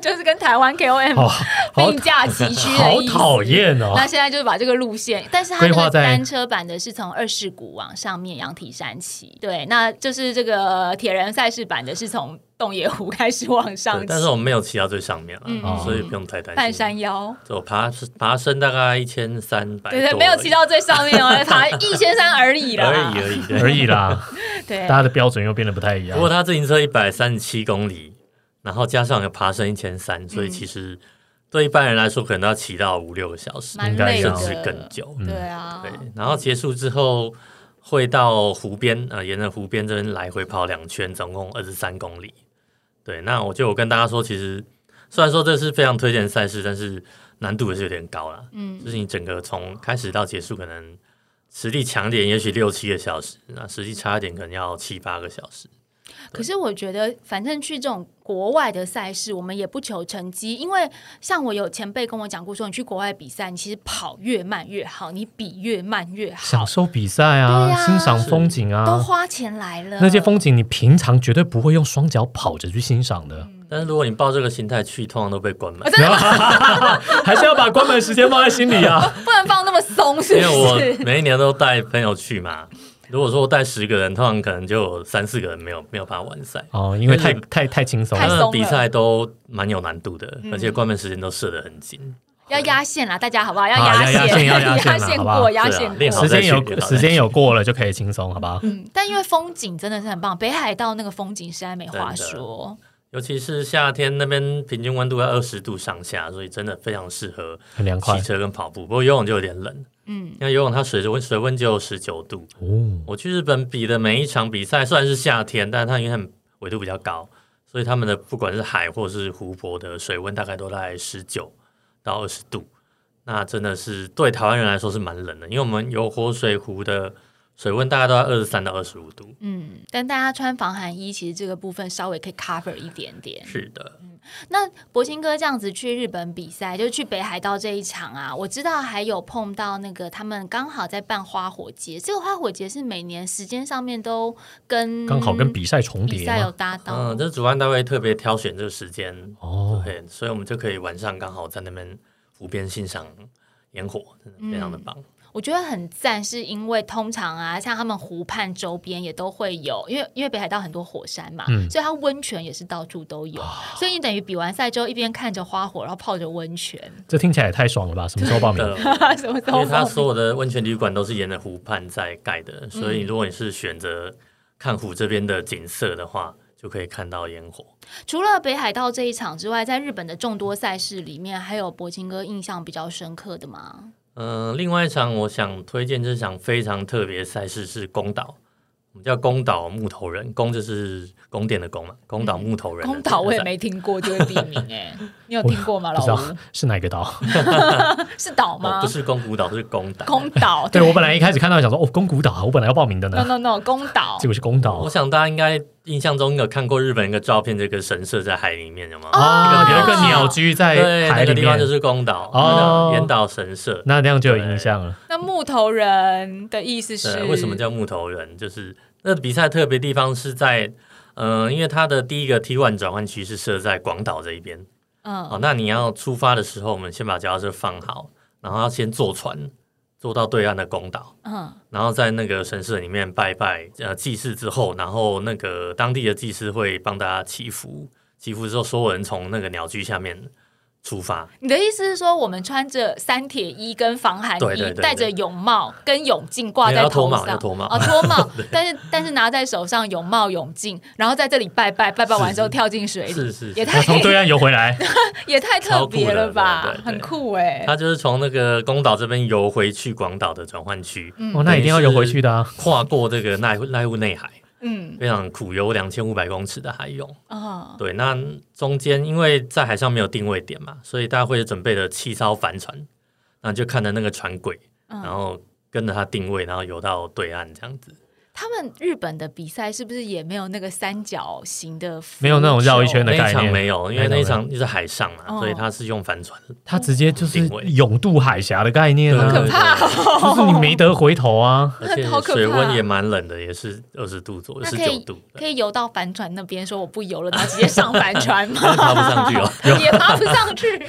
Speaker 2: 就是跟台湾 KOM
Speaker 3: 好好
Speaker 2: 并驾齐驱的
Speaker 3: 好
Speaker 2: 意思。
Speaker 3: 讨厌哦
Speaker 2: 那！现在就是把这个路线，但是它
Speaker 3: 规
Speaker 2: 那
Speaker 3: 划
Speaker 2: 个
Speaker 3: 在
Speaker 2: 单车版的是从二世谷往上面羊蹄山骑，对，那就是这个铁人赛事版的是从洞野湖开始往上
Speaker 1: 对，但是我们没有骑到最上面了，
Speaker 2: 嗯
Speaker 1: 所以不用太担
Speaker 2: 半
Speaker 1: 心。
Speaker 2: 山腰，
Speaker 1: 就爬爬升大概一千三百，
Speaker 2: 对对，没有骑到最上面
Speaker 3: *laughs*
Speaker 2: 哦，爬一千三而已啦，
Speaker 1: 而已而已。
Speaker 3: 而
Speaker 1: 对，
Speaker 3: 已啦，
Speaker 2: 对
Speaker 3: 大，家的标准又变得不太一样
Speaker 1: 不。过它自行车一百三十七公里，然后加上有爬升一千三，
Speaker 2: 嗯
Speaker 1: 所以其实对一般人来说，可能要骑到五六个小时，
Speaker 2: 蛮
Speaker 3: 应该
Speaker 2: 累
Speaker 1: 甚
Speaker 2: 的，
Speaker 3: 要
Speaker 1: 至更久。
Speaker 3: 嗯
Speaker 2: 对啊，
Speaker 1: 对，然后结束之后会到湖边，呃，沿着湖边这边来回跑两圈，总共二十三公里。对，那我就我跟大家说，其实虽然说这是非常推荐的赛事，但是难度也是有点高啦。
Speaker 2: 嗯
Speaker 1: 就是你整个从开始到结束，可能实力强点，也许六七个小时；那实力差一点，可能要七八个小时。
Speaker 2: 可是我觉得，反正去这种国外的赛事，我们也不求成绩，因为像我有前辈跟我讲过说，你去国外比赛，你其实跑越慢越好，你比越慢越好
Speaker 3: 享，受比赛啊，
Speaker 2: 对啊
Speaker 3: 欣赏风景
Speaker 2: 都
Speaker 3: 啊，
Speaker 2: 花钱来了。
Speaker 3: 那些风景你平常绝对不会用双脚跑着去欣赏的，
Speaker 1: 但是如果你抱这个心态去，通常都被关
Speaker 2: 哦
Speaker 1: 门。
Speaker 2: 嗯
Speaker 3: *laughs* 还是要把关门时间放在心里
Speaker 1: *laughs*
Speaker 3: 啊。
Speaker 2: 不能放那么松，是
Speaker 1: 因
Speaker 2: 不
Speaker 1: 为我
Speaker 2: 是？
Speaker 1: 每一年都带朋友去嘛，如果说我带十个人，通常可能就有三四个人没有没有办法完赛。
Speaker 3: 哦，因为太
Speaker 1: 就是
Speaker 3: 太太轻松
Speaker 1: 他
Speaker 2: 太
Speaker 3: 了，
Speaker 1: 们
Speaker 2: 松
Speaker 1: 的
Speaker 2: 了嗯
Speaker 1: 比赛都蛮有难度的，而且关门时间都设得很紧，
Speaker 2: *laughs* 要压线啦，大家好不好？要
Speaker 3: 啊
Speaker 2: 压
Speaker 3: 要压线要
Speaker 2: *laughs*
Speaker 3: 压
Speaker 2: 压
Speaker 3: 线啦好不好
Speaker 2: 过，压
Speaker 1: 是啊
Speaker 2: 线
Speaker 1: 练好
Speaker 2: 过。
Speaker 3: 时间
Speaker 1: 好再
Speaker 3: 有
Speaker 1: 去
Speaker 3: 时间有过了就可以轻松，好吧？
Speaker 2: 嗯，但因为风景真的是很棒，北海道那个风景实在没话
Speaker 1: 真的
Speaker 2: 说。
Speaker 1: 尤其是夏天那边平均温度在二十度上下，所以真的非常适合
Speaker 3: 很凉快
Speaker 1: 骑车跟跑步。不过游泳就有点冷，
Speaker 2: 嗯，
Speaker 1: 因为游泳它水温水温只有十九度。
Speaker 3: 哦，
Speaker 1: 我去日本比的每一场比赛虽然是夏天，但是它因为它们纬度比较高，所以他们的不管是海或是湖泊的水温大概都在十九到二十度。那真的是对台湾人来说是蛮冷的，因为我们有活水湖的水温大概都在二十三到二十五度。
Speaker 2: 嗯，但大家穿防寒衣，其实这个部分稍微可以 cover 一点点。
Speaker 1: 是的，
Speaker 2: 那博兴哥这样子去日本比赛，就是去北海道这一场啊，我知道还有碰到那个他们刚好在办花火节，这个花火节是每年时间上面都跟
Speaker 3: 刚好跟比赛重
Speaker 2: 嗯比
Speaker 3: 叠
Speaker 2: 赛有
Speaker 3: 嘛。
Speaker 2: 搭到，
Speaker 1: 嗯，这主办单位特别挑选这个时间，
Speaker 3: 哦，
Speaker 1: 对，所以我们就可以晚上刚好在那边湖边欣赏烟火，真的非常的棒。
Speaker 2: 我觉得很赞，是因为通常啊，像他们湖畔周边也都会有，因为因为北海道很多火山嘛，
Speaker 3: 嗯啊
Speaker 2: 所以它温泉也是到处都有，所以你等于比完赛之后一边看着花火，然后泡着温泉，
Speaker 3: 这听起来也太爽了吧？什么时候报名？
Speaker 1: 呃
Speaker 2: 什么
Speaker 1: *laughs* 因为
Speaker 2: 都
Speaker 1: 它
Speaker 2: 泡。
Speaker 1: 所有的温泉旅馆都是沿着湖畔在盖的，所
Speaker 2: 嗯
Speaker 1: 以如果你是选择看湖这边的景色的话，就可以看到烟火。
Speaker 2: 除了北海道这一场之外，在日本的众多赛事里面，还有博清哥印象比较深刻的吗？
Speaker 1: 嗯、另外一场我想推荐这场非常特别的赛事是宫岛，我们叫宫岛木头人，宫就是宫殿的宫嘛，宫岛木头人的
Speaker 2: 嗯宫岛我
Speaker 1: 这个
Speaker 2: 也
Speaker 1: 赛哦
Speaker 2: 没听过这个地名
Speaker 1: *laughs*
Speaker 2: 哎、你有听过吗？
Speaker 3: 不
Speaker 2: 老
Speaker 3: 知道
Speaker 2: 吴
Speaker 3: *laughs* 是哪个岛？
Speaker 2: 是岛
Speaker 1: 哦
Speaker 2: 吗？
Speaker 1: 不是宫古岛，是宫岛。
Speaker 2: 宫
Speaker 1: *laughs*
Speaker 2: 岛。
Speaker 3: 对我本来一开始看到想说哦，宫古岛啊，我本来要报名的
Speaker 2: no
Speaker 3: 呢，
Speaker 2: no no 宫岛
Speaker 3: 结果是宫
Speaker 1: 我
Speaker 3: 岛
Speaker 1: 想大家应该印象中有看过日本一个照片，这个神社在海里面，有吗？
Speaker 2: 哦
Speaker 3: 啊，有一个鸟居
Speaker 1: 对，
Speaker 3: 在海
Speaker 1: 那个
Speaker 3: 里
Speaker 1: 地方就，
Speaker 3: 面
Speaker 1: 是宫岛，
Speaker 3: 哦
Speaker 1: 岩岛神社。
Speaker 3: 那那样就有印象了。
Speaker 2: 那木头人的意思是
Speaker 1: 对，为什么叫木头人？就是那比赛特别地方是在，嗯、因为它的第一个 T one 转换区是设在广岛这一边。
Speaker 2: 嗯
Speaker 1: 好，那你要出发的时候，我们先把脚踏车放好，然后要先坐船坐到对岸的宫岛，
Speaker 2: 嗯
Speaker 1: 然后在那个神社里面拜拜，呃，祭祀之后，然后那个当地的祭司会帮大家祈福，祈福之后，所有人从那个鸟居下面出发，
Speaker 2: 你的意思是说，我们穿着三铁衣跟防寒衣，
Speaker 1: 对对对对
Speaker 2: 戴着泳帽跟泳镜挂在头
Speaker 1: 要脱
Speaker 2: 上，
Speaker 1: 帽要脱帽
Speaker 2: 哦，
Speaker 1: *laughs*
Speaker 2: 脱帽，但是但是拿在手上泳帽泳镜，然后在这里拜拜，拜拜完之后跳进水里，
Speaker 1: 是是
Speaker 2: 也
Speaker 1: 是，
Speaker 2: 太
Speaker 3: 从对岸游
Speaker 2: *laughs*
Speaker 3: 回来，
Speaker 2: 也太特别了
Speaker 1: 超酷
Speaker 2: 吧
Speaker 1: 的对对，对
Speaker 2: 很酷哎、
Speaker 1: 他就是从那个宫岛这边游回去广岛的转换区，
Speaker 2: 嗯
Speaker 3: 哦，那一定要游回去的啊。
Speaker 1: 跨过这个濑户濑户内海，
Speaker 2: 嗯
Speaker 1: 非常苦，有两千五百公尺的海泳。
Speaker 2: 啊、
Speaker 1: 对，那中间因为在海上没有定位点嘛，所以大家会准备了七艘帆船，那你就看着那个船轨，
Speaker 2: 嗯
Speaker 1: 然后跟着它定位，然后游到对岸这样子。
Speaker 2: 他们日本的比赛是不是也没有那个三角形的浮球？
Speaker 3: 没有那种绕一圈的
Speaker 1: 那
Speaker 3: 概
Speaker 1: 一场
Speaker 3: 念
Speaker 1: 没有，因为那一
Speaker 3: 那一场
Speaker 1: 场就是海上嘛，
Speaker 2: 哦
Speaker 1: 所以它是用
Speaker 2: *laughs*
Speaker 1: 帆船。
Speaker 3: 它直接就是永渡海峡的概念啊，
Speaker 1: 对
Speaker 3: 就是你没得回
Speaker 2: *laughs*
Speaker 3: 头啊。
Speaker 1: 而且
Speaker 2: 好可怕
Speaker 1: 水温也蛮冷的，也是二十度左右，
Speaker 2: 那
Speaker 1: 十
Speaker 2: 可
Speaker 1: 九
Speaker 2: 以
Speaker 1: 度，
Speaker 2: 可以游到帆船那边，说我不游了，然后直接上帆船
Speaker 1: 但
Speaker 3: *laughs*
Speaker 1: 是？爬不上
Speaker 2: 吗
Speaker 1: 去哦。
Speaker 2: *laughs* 也爬不上去，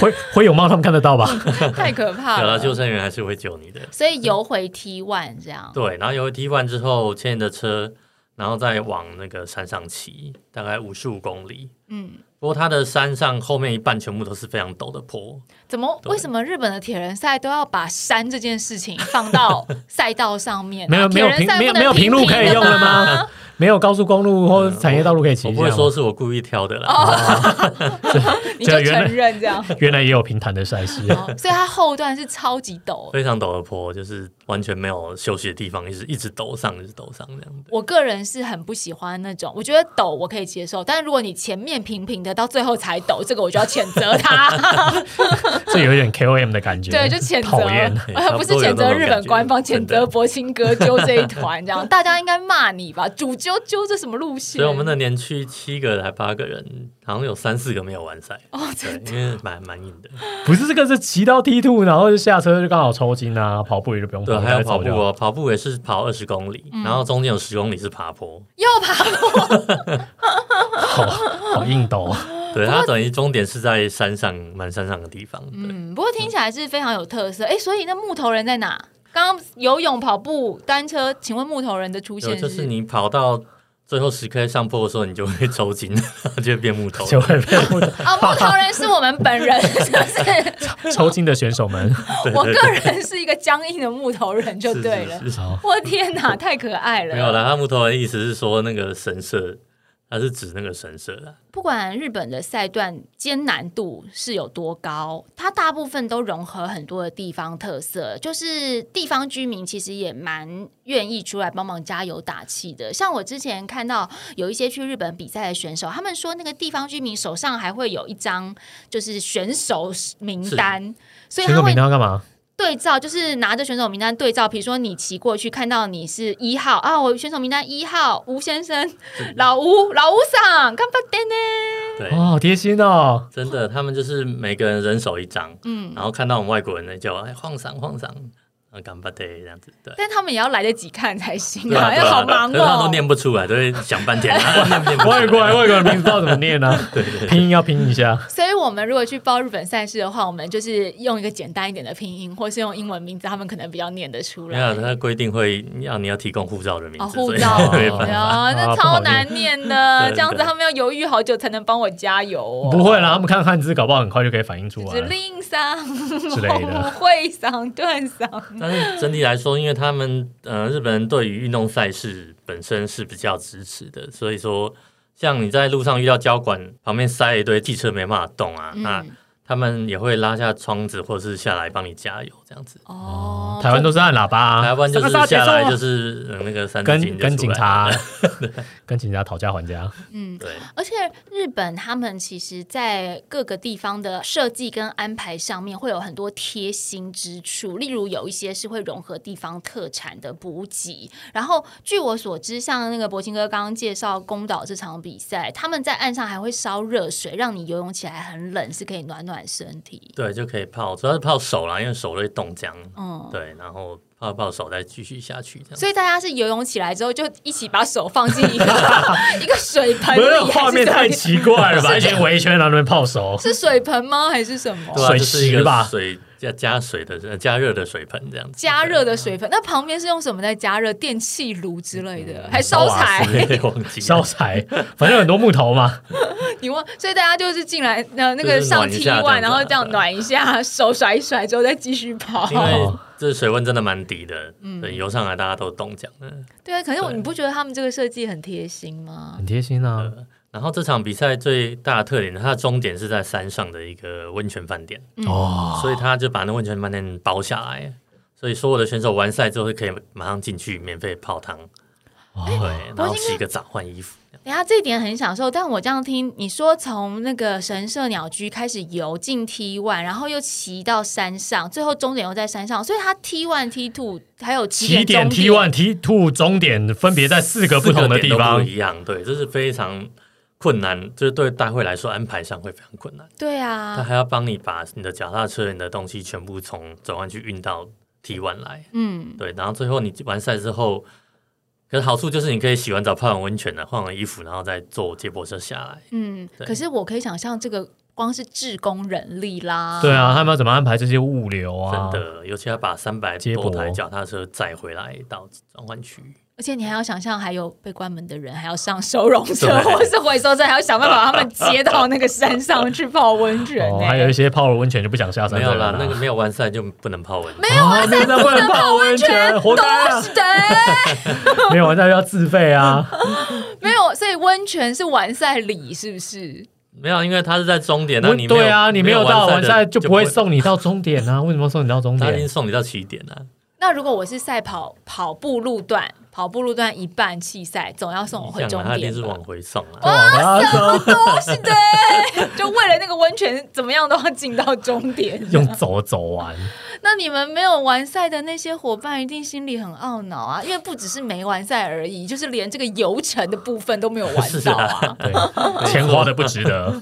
Speaker 3: 灰灰泳帽他们看得到吧？
Speaker 2: 太可怕
Speaker 1: 有
Speaker 2: 了。
Speaker 1: 了，救生员还是会救你的。
Speaker 2: 所以游回 T one 这样。
Speaker 1: 对，然后有 T one 之后，牵你的车然后再往那个山上骑，大概五十五公里。
Speaker 2: 嗯，
Speaker 1: 不过它的山上后面一半全部都是非常陡的坡，
Speaker 2: 怎么
Speaker 1: 对
Speaker 2: 为什么日本的铁人赛都要把山这件事情放到赛道上面啊？
Speaker 3: 没有没
Speaker 2: 铁
Speaker 3: 有
Speaker 2: 人
Speaker 3: 平
Speaker 2: 赛
Speaker 3: 没有
Speaker 2: 不能
Speaker 3: 没有平路可以用
Speaker 2: 的
Speaker 3: 了？吗？没有高速公路或产业道路可以骑
Speaker 1: 我
Speaker 3: 一
Speaker 1: 不会
Speaker 3: 下
Speaker 1: 说
Speaker 3: 吗？
Speaker 1: 是我故意挑的啦。
Speaker 2: 哦你
Speaker 3: 这
Speaker 2: 就
Speaker 3: 原来
Speaker 2: 承认这样。
Speaker 3: 原来也有平坦的赛事，
Speaker 2: 哦所以它后段是超级陡。
Speaker 1: 非常陡的坡，就是完全没有休息的地方，一直一直陡上，一直陡上这样的。
Speaker 2: 我个人是很不喜欢那种，我觉得陡我可以接受，但是如果你前面平平的，到最后才陡，这个我就要谴责他。
Speaker 1: *laughs*
Speaker 2: *laughs*
Speaker 3: 这有一点 KOM 的感觉。
Speaker 2: 对，就谴责
Speaker 3: 讨厌，
Speaker 1: 哎
Speaker 2: 呃，不是谴责日本官方，谴责博兴哥揪这一团，这样大家应该骂你吧？主揪揪这什么路线？
Speaker 1: 所以我们那年去七个还八个人，好像有三四个没有完赛，
Speaker 2: 哦，
Speaker 1: 对
Speaker 2: 真，的
Speaker 1: 因为蛮蛮硬的。
Speaker 3: 不是这个是骑到 T two，然后就下车就刚好抽筋啊，跑步也就不用
Speaker 1: 对，
Speaker 3: 跑，
Speaker 1: 还有跑步
Speaker 3: 就好
Speaker 1: 哦，跑步也是跑二十公里，
Speaker 2: 嗯
Speaker 1: 然后中间有十公里是爬坡，
Speaker 2: 又爬
Speaker 1: *laughs*
Speaker 3: 好好硬斗啊。 *laughs*
Speaker 2: *laughs*
Speaker 1: 对，它等于终点是在山上蛮山上的地方。对，
Speaker 2: 嗯，不过听起来是非常有特色。哎，所以那木头人在哪？刚刚游泳、跑步、单车，请问木头人的出
Speaker 1: 就
Speaker 2: 现
Speaker 1: 就是你跑到最后十 K 上坡的时候，你就会抽筋， *laughs* 就会变木头。
Speaker 3: 就会被 *laughs* 木
Speaker 2: 啊、木头人是我们本人， *laughs* 是不是？
Speaker 3: 抽筋的选手们。
Speaker 2: *laughs*
Speaker 1: 对
Speaker 2: 我
Speaker 1: 对
Speaker 2: 个
Speaker 1: 对，
Speaker 2: 人是一个僵硬的木头人，就是对了。
Speaker 1: 是是
Speaker 3: 好，
Speaker 2: 我天
Speaker 1: *laughs*
Speaker 2: 哪，太可爱了！
Speaker 1: 没有啦，他木头的意思是说那个神社，它是指那个神社啦。
Speaker 2: 不管日本的赛段艰难度是有多高，它大部分都融合很多的地方特色，就是地方居民其实也蛮愿意出来帮忙加油打气的。像我之前看到有一些去日本比赛的选手，他们说那个地方居民手上还会有一张就是选手名单，所以
Speaker 3: 选
Speaker 2: 他
Speaker 3: 手
Speaker 2: 会
Speaker 3: 名单要干嘛？
Speaker 2: 对照，就是拿着选手名单对照，比如说你骑过去看到你是一号啊，我选手名单一号吴先生，老吴老吴上，干巴爹呢？
Speaker 1: 对，
Speaker 3: 哦，好贴心哦。
Speaker 1: 真的，他们就是每个人人手一张，嗯，然后看到我们外国人呢，就哎晃闪晃闪，啊，干巴爹这样子，对。
Speaker 2: 但他们也要来得及看才行
Speaker 1: 对
Speaker 2: 啊，
Speaker 1: 啊，
Speaker 2: *laughs* 要、
Speaker 1: 对啊
Speaker 2: 好忙
Speaker 1: 可是他都
Speaker 2: 哦。
Speaker 1: 念不出来，都会想半
Speaker 2: *laughs*
Speaker 1: 天。啊念不念不出来
Speaker 3: 外国人，外国人名字不知道怎么念
Speaker 1: *laughs*
Speaker 3: 呢、啊？拼音要拼一下。
Speaker 2: 所以我们如果去报日本赛事的话，我们就是用一个简单一点的拼音，或是用英文名字，他们可能比较念得出
Speaker 1: 没
Speaker 2: 来。
Speaker 1: 有，他规定会要你要提供护照的名
Speaker 2: 哦，
Speaker 1: 字，
Speaker 2: 护
Speaker 1: 所以
Speaker 2: 照，
Speaker 1: *laughs* 没
Speaker 2: 哎
Speaker 1: 办法啊
Speaker 2: 呀，那
Speaker 3: 不好
Speaker 2: 超
Speaker 3: 念
Speaker 2: 难念
Speaker 1: *laughs*
Speaker 2: 的，
Speaker 1: 对
Speaker 2: 这样子
Speaker 1: 对
Speaker 2: 他们要犹豫好久才能帮我加油哦。
Speaker 3: 不会啦，他们看汉字，搞不好很快就可以反应出
Speaker 2: 指
Speaker 3: 来。
Speaker 2: 令上、*laughs*
Speaker 3: 之类的
Speaker 2: 红会上、断上。
Speaker 1: 但是整体来说，因为他们呃日本人对于运动赛事本身是比较支持的，所以说像你在路上遇到交管旁边塞一堆汽车没办法动啊，那
Speaker 2: 嗯
Speaker 1: 他们也会拉下窗子或是下来帮你加油这样子。
Speaker 2: 哦
Speaker 3: 台湾都是按喇叭、啊，
Speaker 1: 台湾就是
Speaker 3: 上个
Speaker 1: 下
Speaker 3: 沙
Speaker 1: 来
Speaker 3: 铁
Speaker 1: 就
Speaker 3: 送啊
Speaker 1: 是呃那个三字经
Speaker 3: 跟
Speaker 1: 就出来 *laughs*
Speaker 3: 跟警察，跟警察讨价还价。
Speaker 2: 嗯。
Speaker 1: 对
Speaker 2: 而且日本他们其实，在各个地方的设计跟安排上面会有很多贴心之处，例如有一些是会融合地方特产的补给。然后据我所知，像那个博清哥刚刚介绍宫岛这场比赛，他们在岸上还会烧热水，让你游泳起来很冷，是可以暖暖身体。
Speaker 1: 对就可以泡，主要是泡手啦，因为手会冻僵。
Speaker 3: 哦
Speaker 2: 嗯，
Speaker 1: 对，然后泡一泡手再继续下去这样。
Speaker 2: 所以大家是游泳起来之后，就一起把手放进一个 *laughs* 一个水盆
Speaker 3: 不是
Speaker 2: 里，
Speaker 3: 画
Speaker 2: 哎还是
Speaker 3: 面
Speaker 2: 什么
Speaker 3: 太奇
Speaker 2: *laughs*
Speaker 3: 怪了吧？一群围一圈，然后在那边泡手，
Speaker 2: 是水盆吗？还是什么？
Speaker 1: 对啊，
Speaker 3: 水
Speaker 1: 就是一
Speaker 3: 池
Speaker 1: 个
Speaker 3: 吧
Speaker 1: 水加加水的呃加热的水盆这样子。
Speaker 2: 加热的水分，那旁边是用什么在加热？电气炉之类
Speaker 1: 嗯
Speaker 2: 的，还烧
Speaker 1: 哇
Speaker 2: 柴？
Speaker 1: 塞忘记了
Speaker 3: 烧柴，反正有很多木头嘛。
Speaker 2: *laughs* 你忘？所以大家就是进来，呃，那个
Speaker 1: 就是
Speaker 2: 上
Speaker 1: 暖一
Speaker 2: T
Speaker 1: 下这样
Speaker 2: 万，
Speaker 1: 子
Speaker 2: 然后这样
Speaker 1: 对
Speaker 2: 暖一下，手甩一甩之后再继续跑。
Speaker 1: 因
Speaker 3: 哦
Speaker 1: 为这水温真的蛮低的，
Speaker 2: 嗯
Speaker 1: 对，游上来大家都冻僵了。
Speaker 2: 对啊，可是
Speaker 1: *laughs*
Speaker 2: 我
Speaker 1: 对
Speaker 2: 你不觉得他们这个设计很贴心吗？
Speaker 3: 很贴心啊！
Speaker 1: 然后这场比赛最大的特点，它的终点是在山上的一个温泉饭店，
Speaker 3: 哦，
Speaker 1: 所以他就把那温泉饭店包下来，所以所有的选手完赛之后可以马上进去免费泡汤，
Speaker 3: 哎
Speaker 1: 对，然后洗个澡换衣服。
Speaker 2: 等下哎这一点很享受，但我这样听你说，从那个神社鸟居开始游进 T one，然后又骑到山上，最后终点又在山上，所以它 T one、T two 还有
Speaker 3: 起
Speaker 2: 点
Speaker 3: 点
Speaker 2: 终
Speaker 3: T one、T two 终点分别在四个不同的
Speaker 1: 四个
Speaker 3: 地
Speaker 1: 点都
Speaker 3: 方
Speaker 1: 不，一样，对，这是非常困难，就是对大会来说安排上会非常困难。
Speaker 2: 对
Speaker 1: 他
Speaker 2: 啊，
Speaker 1: 还要帮你把你的脚踏车、你的东西全部从转弯区运到 T 1来，
Speaker 2: 嗯。
Speaker 1: 对，然后最后你完赛之后，可是好处就是你可以洗完澡、泡完温泉了，啊换完衣服，然后再坐接驳车下来。
Speaker 2: 嗯，
Speaker 1: 对
Speaker 2: 可是我可以想象，这个光是志工人力啦，
Speaker 3: 对，啊，他们要怎么安排这些物流啊？
Speaker 1: 真的，尤其要把三百
Speaker 3: 接驳
Speaker 1: 多台脚踏车载回来到转换区，
Speaker 2: 而且你还要想象，还有被关门的人，还要上收容车
Speaker 1: 对
Speaker 2: 或是回收站，还要想办法把他们接到那个山上去泡温泉、
Speaker 3: 哦，
Speaker 2: 欸
Speaker 3: 还有一些泡了温泉就不想下山
Speaker 1: 没
Speaker 3: 再
Speaker 1: 有
Speaker 3: 来
Speaker 1: 啦
Speaker 3: 了，，
Speaker 1: 那个没有完赛就不能泡温泉。
Speaker 2: 没有啊，
Speaker 3: *laughs* 啊，那那不能泡温泉，
Speaker 2: *laughs*
Speaker 3: 活
Speaker 2: 都
Speaker 3: 该啊！
Speaker 2: 是的，
Speaker 3: 没有，那要自费啊。
Speaker 2: 没有，所以温泉是完赛礼，是不是？
Speaker 1: 没有，因为他是在终点，那你没有
Speaker 3: 对啊，你没有到完赛
Speaker 1: 赛
Speaker 3: 就
Speaker 1: 就
Speaker 3: 不会，送你到终点啊？为什么送你到终
Speaker 1: 他已经
Speaker 3: 点？
Speaker 1: 送你到起点啊了。
Speaker 2: 那如果我是赛跑跑步路段，跑步路段一半弃赛，总要送我回
Speaker 1: 你想
Speaker 2: 哦终
Speaker 1: 啊他一
Speaker 2: 点哦
Speaker 1: 定是
Speaker 2: 吧。
Speaker 1: 往回送啊。
Speaker 3: 哇，走
Speaker 2: 都是的，就为了那个温泉，怎么样都要进到终点。
Speaker 3: 用走走完，
Speaker 2: 那你们没有完赛的那些伙伴，一定心里很懊恼啊，因为不只是没完赛而已，就是连这个游程的部分都没有玩
Speaker 1: 是
Speaker 2: 到
Speaker 1: 啊
Speaker 2: 啊。
Speaker 3: 对，钱花的不值得。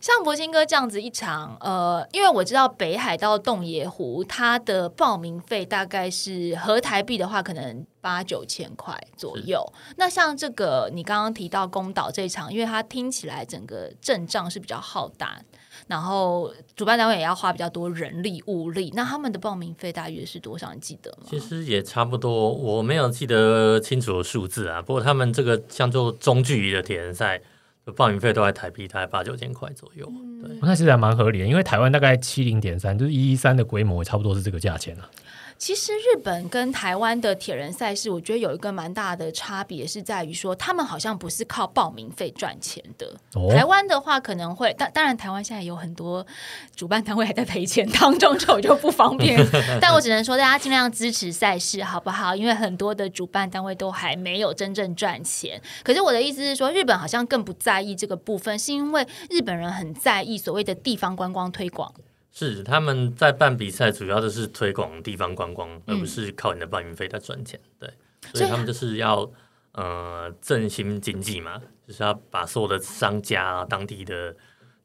Speaker 2: 像博兴哥这样子一场，呃，因为我知道北海道洞爷湖它的报名费大概是合台币的话，可能八九千块左右。那像这个你刚刚提到宫岛这一场，因为它听起来整个阵仗是比较浩大，然后主办单位也要花比较多人力物力，那他们的报名费大约是多少？你记得吗？
Speaker 1: 其实也差不多，我没有记得清楚的数字啊。不过他们这个像做中距离的铁人赛，就报名费都在台币大概八九千块左右。啊对，
Speaker 3: 哦那其实还蛮合理的，因为台湾大概七零点三，就是一一三的规模，差不多是这个价钱了、啊
Speaker 2: 其实日本跟台湾的铁人赛事，我觉得有一个蛮大的差别是在于说，他们好像不是靠报名费赚钱的。
Speaker 3: 哦
Speaker 2: 台湾啊的话可能会，当当然台湾现在有很多主办单位还在赔钱当中，这我就不方便。但我只能说，大家尽量支持赛事好不好？因为很多的主办单位都还没有真正赚钱。可是我的意思是说，日本好像更不在意这个部分，是因为日本人很在意所谓的地方观光推广。
Speaker 1: 是他们在办比赛，主要的是推广地方观光，而
Speaker 2: 嗯
Speaker 1: 不是靠你的报名费在赚钱。对，
Speaker 2: 所
Speaker 1: 所
Speaker 2: 以
Speaker 1: 以他们就是要呃振兴经济嘛，就是要把所有的商家啊、当地的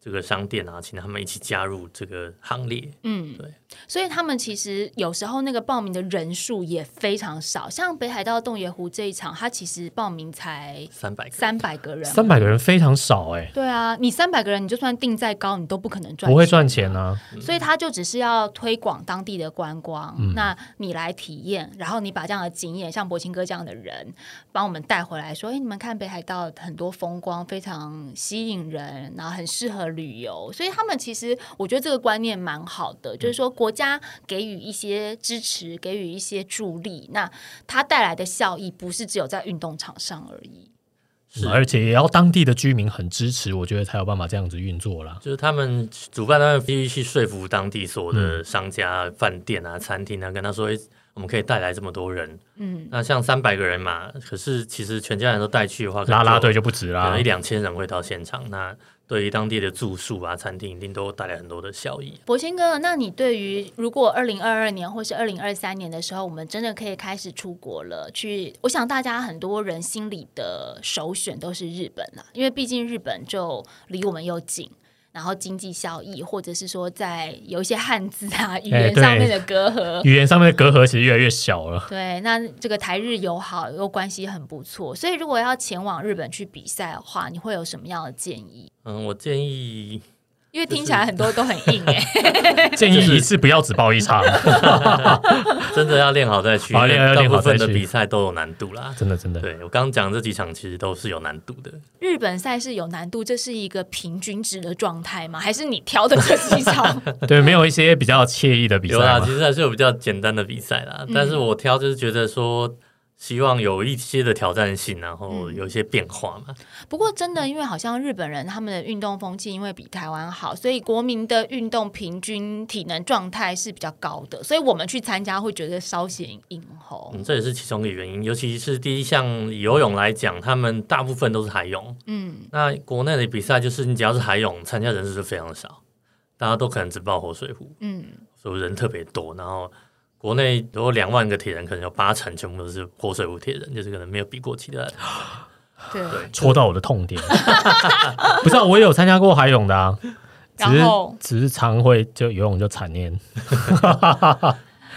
Speaker 1: 这个商店啊，请他们一起加入这个行列。
Speaker 2: 嗯，
Speaker 1: 对。
Speaker 2: 所以他们其实有时候那个报名的人数也非常少，像北海道洞爷湖这一场，它其实报名才
Speaker 1: 三百个，
Speaker 2: 三百个人。
Speaker 3: 三百个人非常少哎、
Speaker 2: 对啊，你三百个人，你就算定再高，你都不可能赚，
Speaker 3: 不会赚钱。啊。
Speaker 2: 所以他就只是要推广当地的观光，那你来体验，然后你把这样的经验，像博清哥这样的人，帮我们带回来，说，哎，你们看北海道很多风光非常吸引人，然后很适合旅游，所以他们其实我觉得这个观念蛮好的，就是说国家给予一些支持，给予一些助力，那它带来的效益不是只有在运动场上而已。
Speaker 1: 是
Speaker 3: 而且也要当地的居民很支持，我觉得才有办法这样子运作啦。
Speaker 1: 就是他们主办单位必须去说服当地所有
Speaker 3: 嗯
Speaker 1: 的商家、饭店啊、餐厅啊，跟他说，诶我们可以带来这么多人。
Speaker 2: 嗯，
Speaker 1: 那像三百个人嘛，可是其实全家人都带去的话，可能
Speaker 3: 拉
Speaker 1: 就
Speaker 3: 拉队就不止
Speaker 1: 可
Speaker 3: 啦
Speaker 1: 能一。两千人会到现场。那对于当地的住宿啊、餐厅，一定都带来很多的效益。
Speaker 2: 博兴哥，那你对于如果二零二二年或是二零二三年的时候，我们真的可以开始出国了，去，我想大家很多人心里的首选都是日本啦，因为毕竟日本就离我们又近。然后经济效益，或者是说在有一些汉字
Speaker 1: 哎
Speaker 2: 啊、语言
Speaker 3: 对
Speaker 2: 上面的隔阂，
Speaker 3: 语言上面的隔阂其实越来越小了。
Speaker 2: 对，那这个台日友好又关系很不错，所以如果要前往日本去比赛的话，你会有什么样的建议？
Speaker 1: 嗯，我建议
Speaker 2: 因为听
Speaker 1: 就是
Speaker 2: 起来很多都很硬哎、
Speaker 3: 建议一次不要只报一场，啊
Speaker 1: 真的要练好
Speaker 3: *laughs*
Speaker 1: 再去，
Speaker 3: 好
Speaker 1: 因为
Speaker 3: 练好
Speaker 1: 大
Speaker 3: 哦练好
Speaker 1: 部分
Speaker 3: 再
Speaker 1: 的
Speaker 3: 去
Speaker 1: 比赛都有难度啦。
Speaker 3: *laughs* 真的真的。
Speaker 1: 对我刚刚讲这几场其实都是有难度的，
Speaker 2: 日本赛事有难度，这是一个平均值的状态吗？还是你挑的这几
Speaker 1: *laughs*
Speaker 2: 场？
Speaker 3: 对，没有一些比较惬意的比赛
Speaker 1: 有啦，
Speaker 3: 吗
Speaker 1: 其？实还是有比较简单的比赛啦，但是我挑就是觉得说，希望有一些的挑战性，然后有一些变化嘛。
Speaker 2: 不过真的，因为好像日本人他们的运动风气因为比台湾好，所以国民的运动平均体能状态是比较高的，所以我们去参加会觉得稍显硬吼。
Speaker 1: 嗯，这也是其中一个原因，尤其是第一项以游泳来讲，他们大部分都是海泳。
Speaker 2: 嗯，
Speaker 1: 那国内的比赛就是你只要是海泳，参加人数就非常少，大家都可能只报活水壶，
Speaker 2: 嗯，
Speaker 1: 所以人特别多。然后国内如果两万个铁人，可能有八成全部都是活水壶铁人，就是可能没有比过其他的。
Speaker 2: 对。
Speaker 1: 对
Speaker 3: 戳到我的痛点。 *laughs* 不知道、我也有参加过海泳的啊，只是
Speaker 2: 然后
Speaker 3: 只是常会就游泳就惨念。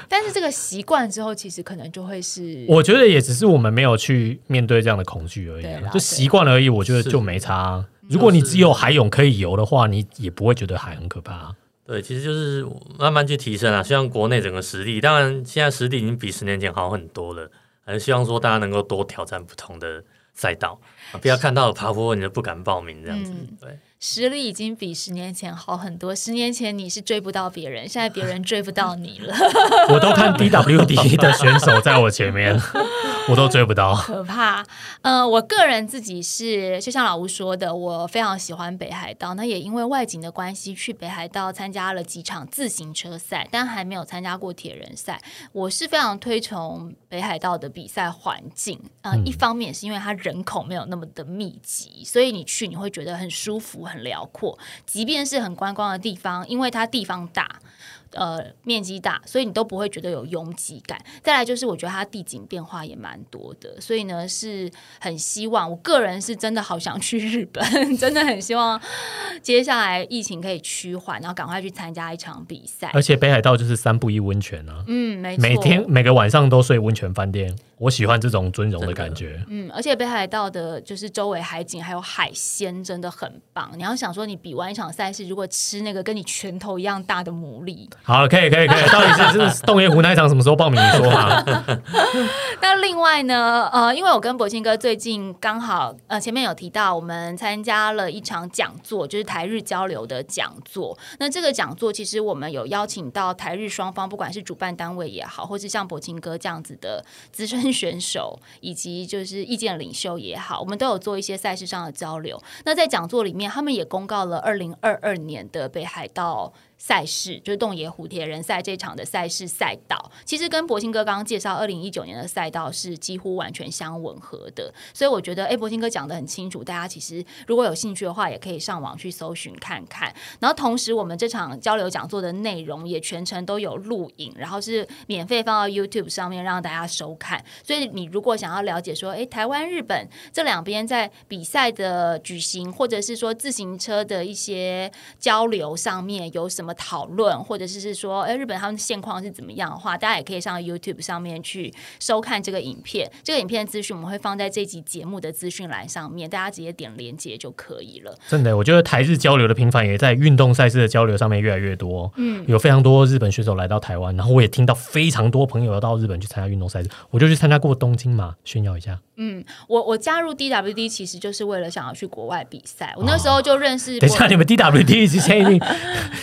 Speaker 2: 但是这个习惯之后，其实可能就会是
Speaker 3: 我觉得也只是我们没有去面对这样的恐惧而已
Speaker 2: 对嗯
Speaker 3: 啊
Speaker 2: 啦，
Speaker 3: 就习惯了而已。我觉得
Speaker 1: 是
Speaker 3: 就没差啊。如果你只有海泳可以游的话，你也不会觉得海很可怕啊。
Speaker 1: 对，其实就是慢慢去提升啊。希望国内整个实力，当然现在实力已经比十年前好很多了。还是希望说大家能够多挑战不同的赛道，啊不要看到爬坡你就不敢报名这样子。
Speaker 2: 嗯
Speaker 1: 对，
Speaker 2: 实力已经比十年前好很多。十年前你是追不到别人，现在别人追不到你了，
Speaker 3: 我都看 DWD 的选手在我前面，我都追不到。
Speaker 2: 可怕。呃，我个人自己是，就像老吴说的，我非常喜欢北海道。那也因为外景的关系，去北海道参加了几场自行车赛，但还没有参加过铁人赛。我是非常推崇北海道的比赛环境。呃，
Speaker 3: 嗯
Speaker 2: 一方面是因为它人口没有那么的密集，所以你去你会觉得很舒服、很辽阔。即便是很观光的地方，因为它地方大，呃，面积大，所以你都不会觉得有拥挤感。再来就是，我觉得它地景变化也蛮多的，所以呢是很希望，我个人是真的好想去日本， *laughs* 真的很希望接下来疫情可以趋缓，然后赶快去参加一场比赛
Speaker 3: 而。且北海道就是三不一温泉啊，
Speaker 2: 嗯，没错，
Speaker 3: 每天每个晚上都睡温泉饭店，我喜欢这种尊荣的感觉。
Speaker 2: 嗯，而且北海道的就是周围海景还有海鲜真的很棒。你要想说，你比完一场赛事，如果吃那个跟你拳头一样大的牡蛎，
Speaker 3: 好了，可以可以可以，到底是是洞爷湖那一场什么时候报名？你说嘛？
Speaker 2: *laughs* 那另外呢，呃，因为我跟博庆哥最近刚好，呃，前面有提到，我们参加了一场讲座，就是台日交流的讲座。那这个讲座其实我们有邀请到台日双方，不管是主办单位也好，或是像博庆哥这样子的资深选手，以及就是意见领袖也好，我们都有做一些赛事上的交流。那在讲座里面，他们也公告了二零二二年的北海道赛事，就是洞爷湖铁人赛这场的赛事赛道。其实跟博兴哥刚刚介绍二零一九年的赛道是几乎完全相吻合的，所以我觉得，哎，博兴哥讲的很清楚，大家其实如果有兴趣的话，也可以上网去搜寻看看。然后同时，我们这场交流讲座的内容也全程都有录影，然后是免费放到 YouTube 上面让大家收看。所以你如果想要了解说，诶，台湾、日本这两边在比赛的举行，或者是说自行车的一些交流上面有什么讨论，或者是是说，哎诶，日本他们现况是怎么样的话，大家也可以上 YouTube 上面去收看这个影片。这个影片资讯我们会放在这集节目的资讯栏上面，大家直接点连接就可以了。
Speaker 3: 真的，我觉得台日交流的频繁，也在运动赛事的交流上面越来越多。嗯，有非常多日本选手来到台湾，然后我也听到非常多朋友要到日本去参加运动赛事，我就去参加过东京嘛，炫耀一下。
Speaker 2: 我我加入 DWD 其实就是为了想要去国外比赛，我那时候就认识、
Speaker 3: 等一下，你们 DWD
Speaker 2: *laughs*
Speaker 3: 之前已经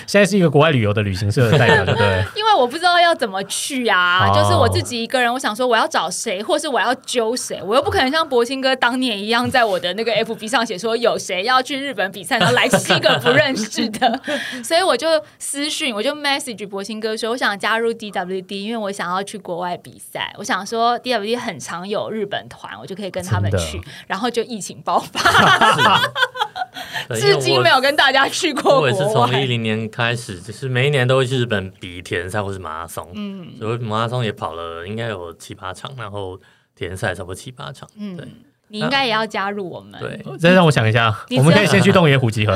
Speaker 3: 现在是一个国外旅游的旅行社的代表，对不
Speaker 2: *laughs*
Speaker 3: 对？
Speaker 2: 因为我不知道要怎么去啊，
Speaker 3: 哦
Speaker 2: 就是我自己一个人，我想说我要找谁，或是我要揪谁，我又不可能像博兴哥当年一样，在我的那个 FB 上写说有谁要去日本比赛，然后来七个不认识
Speaker 1: *laughs*
Speaker 2: 的，所以我就私讯，我就 message 博兴哥说，我想加入 DWD，因为我想要去国外比赛，我想说 DWD 很常有日本团，我就可以跟他们
Speaker 3: 真的
Speaker 2: 去，然后就疫情爆发，
Speaker 1: 对
Speaker 2: 至今没。有跟大家去
Speaker 1: 因为
Speaker 2: 过
Speaker 1: 我我也是
Speaker 2: 国
Speaker 1: 从一
Speaker 2: 外。
Speaker 1: 零年开始，就是每一年都会去日本比铁人赛或是马拉松，嗯，所以马拉松也跑了应该有七八场，然后铁人赛差不多七八场，嗯，对
Speaker 2: 你应该也要加入我们。
Speaker 1: 对，
Speaker 3: 再让我想一下，
Speaker 2: 你
Speaker 3: 我们可以
Speaker 2: 知道
Speaker 3: 先去洞爷湖集
Speaker 2: *laughs*
Speaker 3: 合。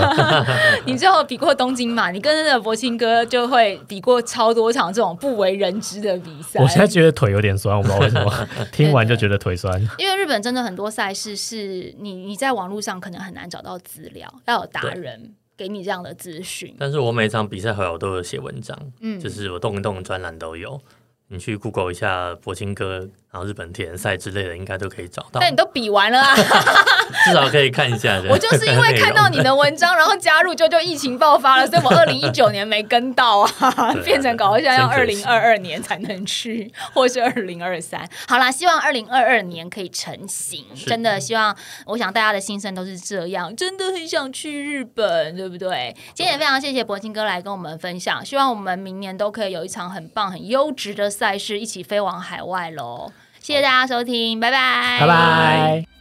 Speaker 2: 你最后比过东京嘛？你跟那个博庆哥就会比过超多场这种不为人知的比赛。
Speaker 3: 我现在觉得腿有点酸，我不知道为什
Speaker 2: *laughs*
Speaker 3: 么，听完就觉得腿酸。
Speaker 2: 因为日本真的很多赛事是你你在网络上可能很难找到资料，要有达人给你这样的资讯。
Speaker 1: 但是我每场比赛回来我都有写文章，
Speaker 2: 嗯
Speaker 1: 就是我动一动专栏都有。你去 Google 一下博青哥，然后日本铁人赛之类的，应该都可以找到，
Speaker 2: 但你都比完了啊！
Speaker 1: 至少可以看一下。
Speaker 2: 我就是
Speaker 3: *laughs*
Speaker 2: 因为看到你的文章，然后加入，就就疫情爆发了，所以我二零一九年没跟到啊，
Speaker 1: 对啊
Speaker 2: *laughs* 变成搞到现在要二
Speaker 1: 真可
Speaker 2: 零
Speaker 1: 惜
Speaker 2: 二二年才能去，或是二零二三。好啦，希望二零二二年可以成型。
Speaker 1: 是
Speaker 2: 真的希望，我想大家的心声都是这样，真的很想去日本，对不对？今天也非常谢谢博清哥来跟我们分享，希望我们明年都可以有一场很棒、很优质的赛事，一起飞往海外喽！谢谢大家收听，拜拜，
Speaker 3: 拜拜。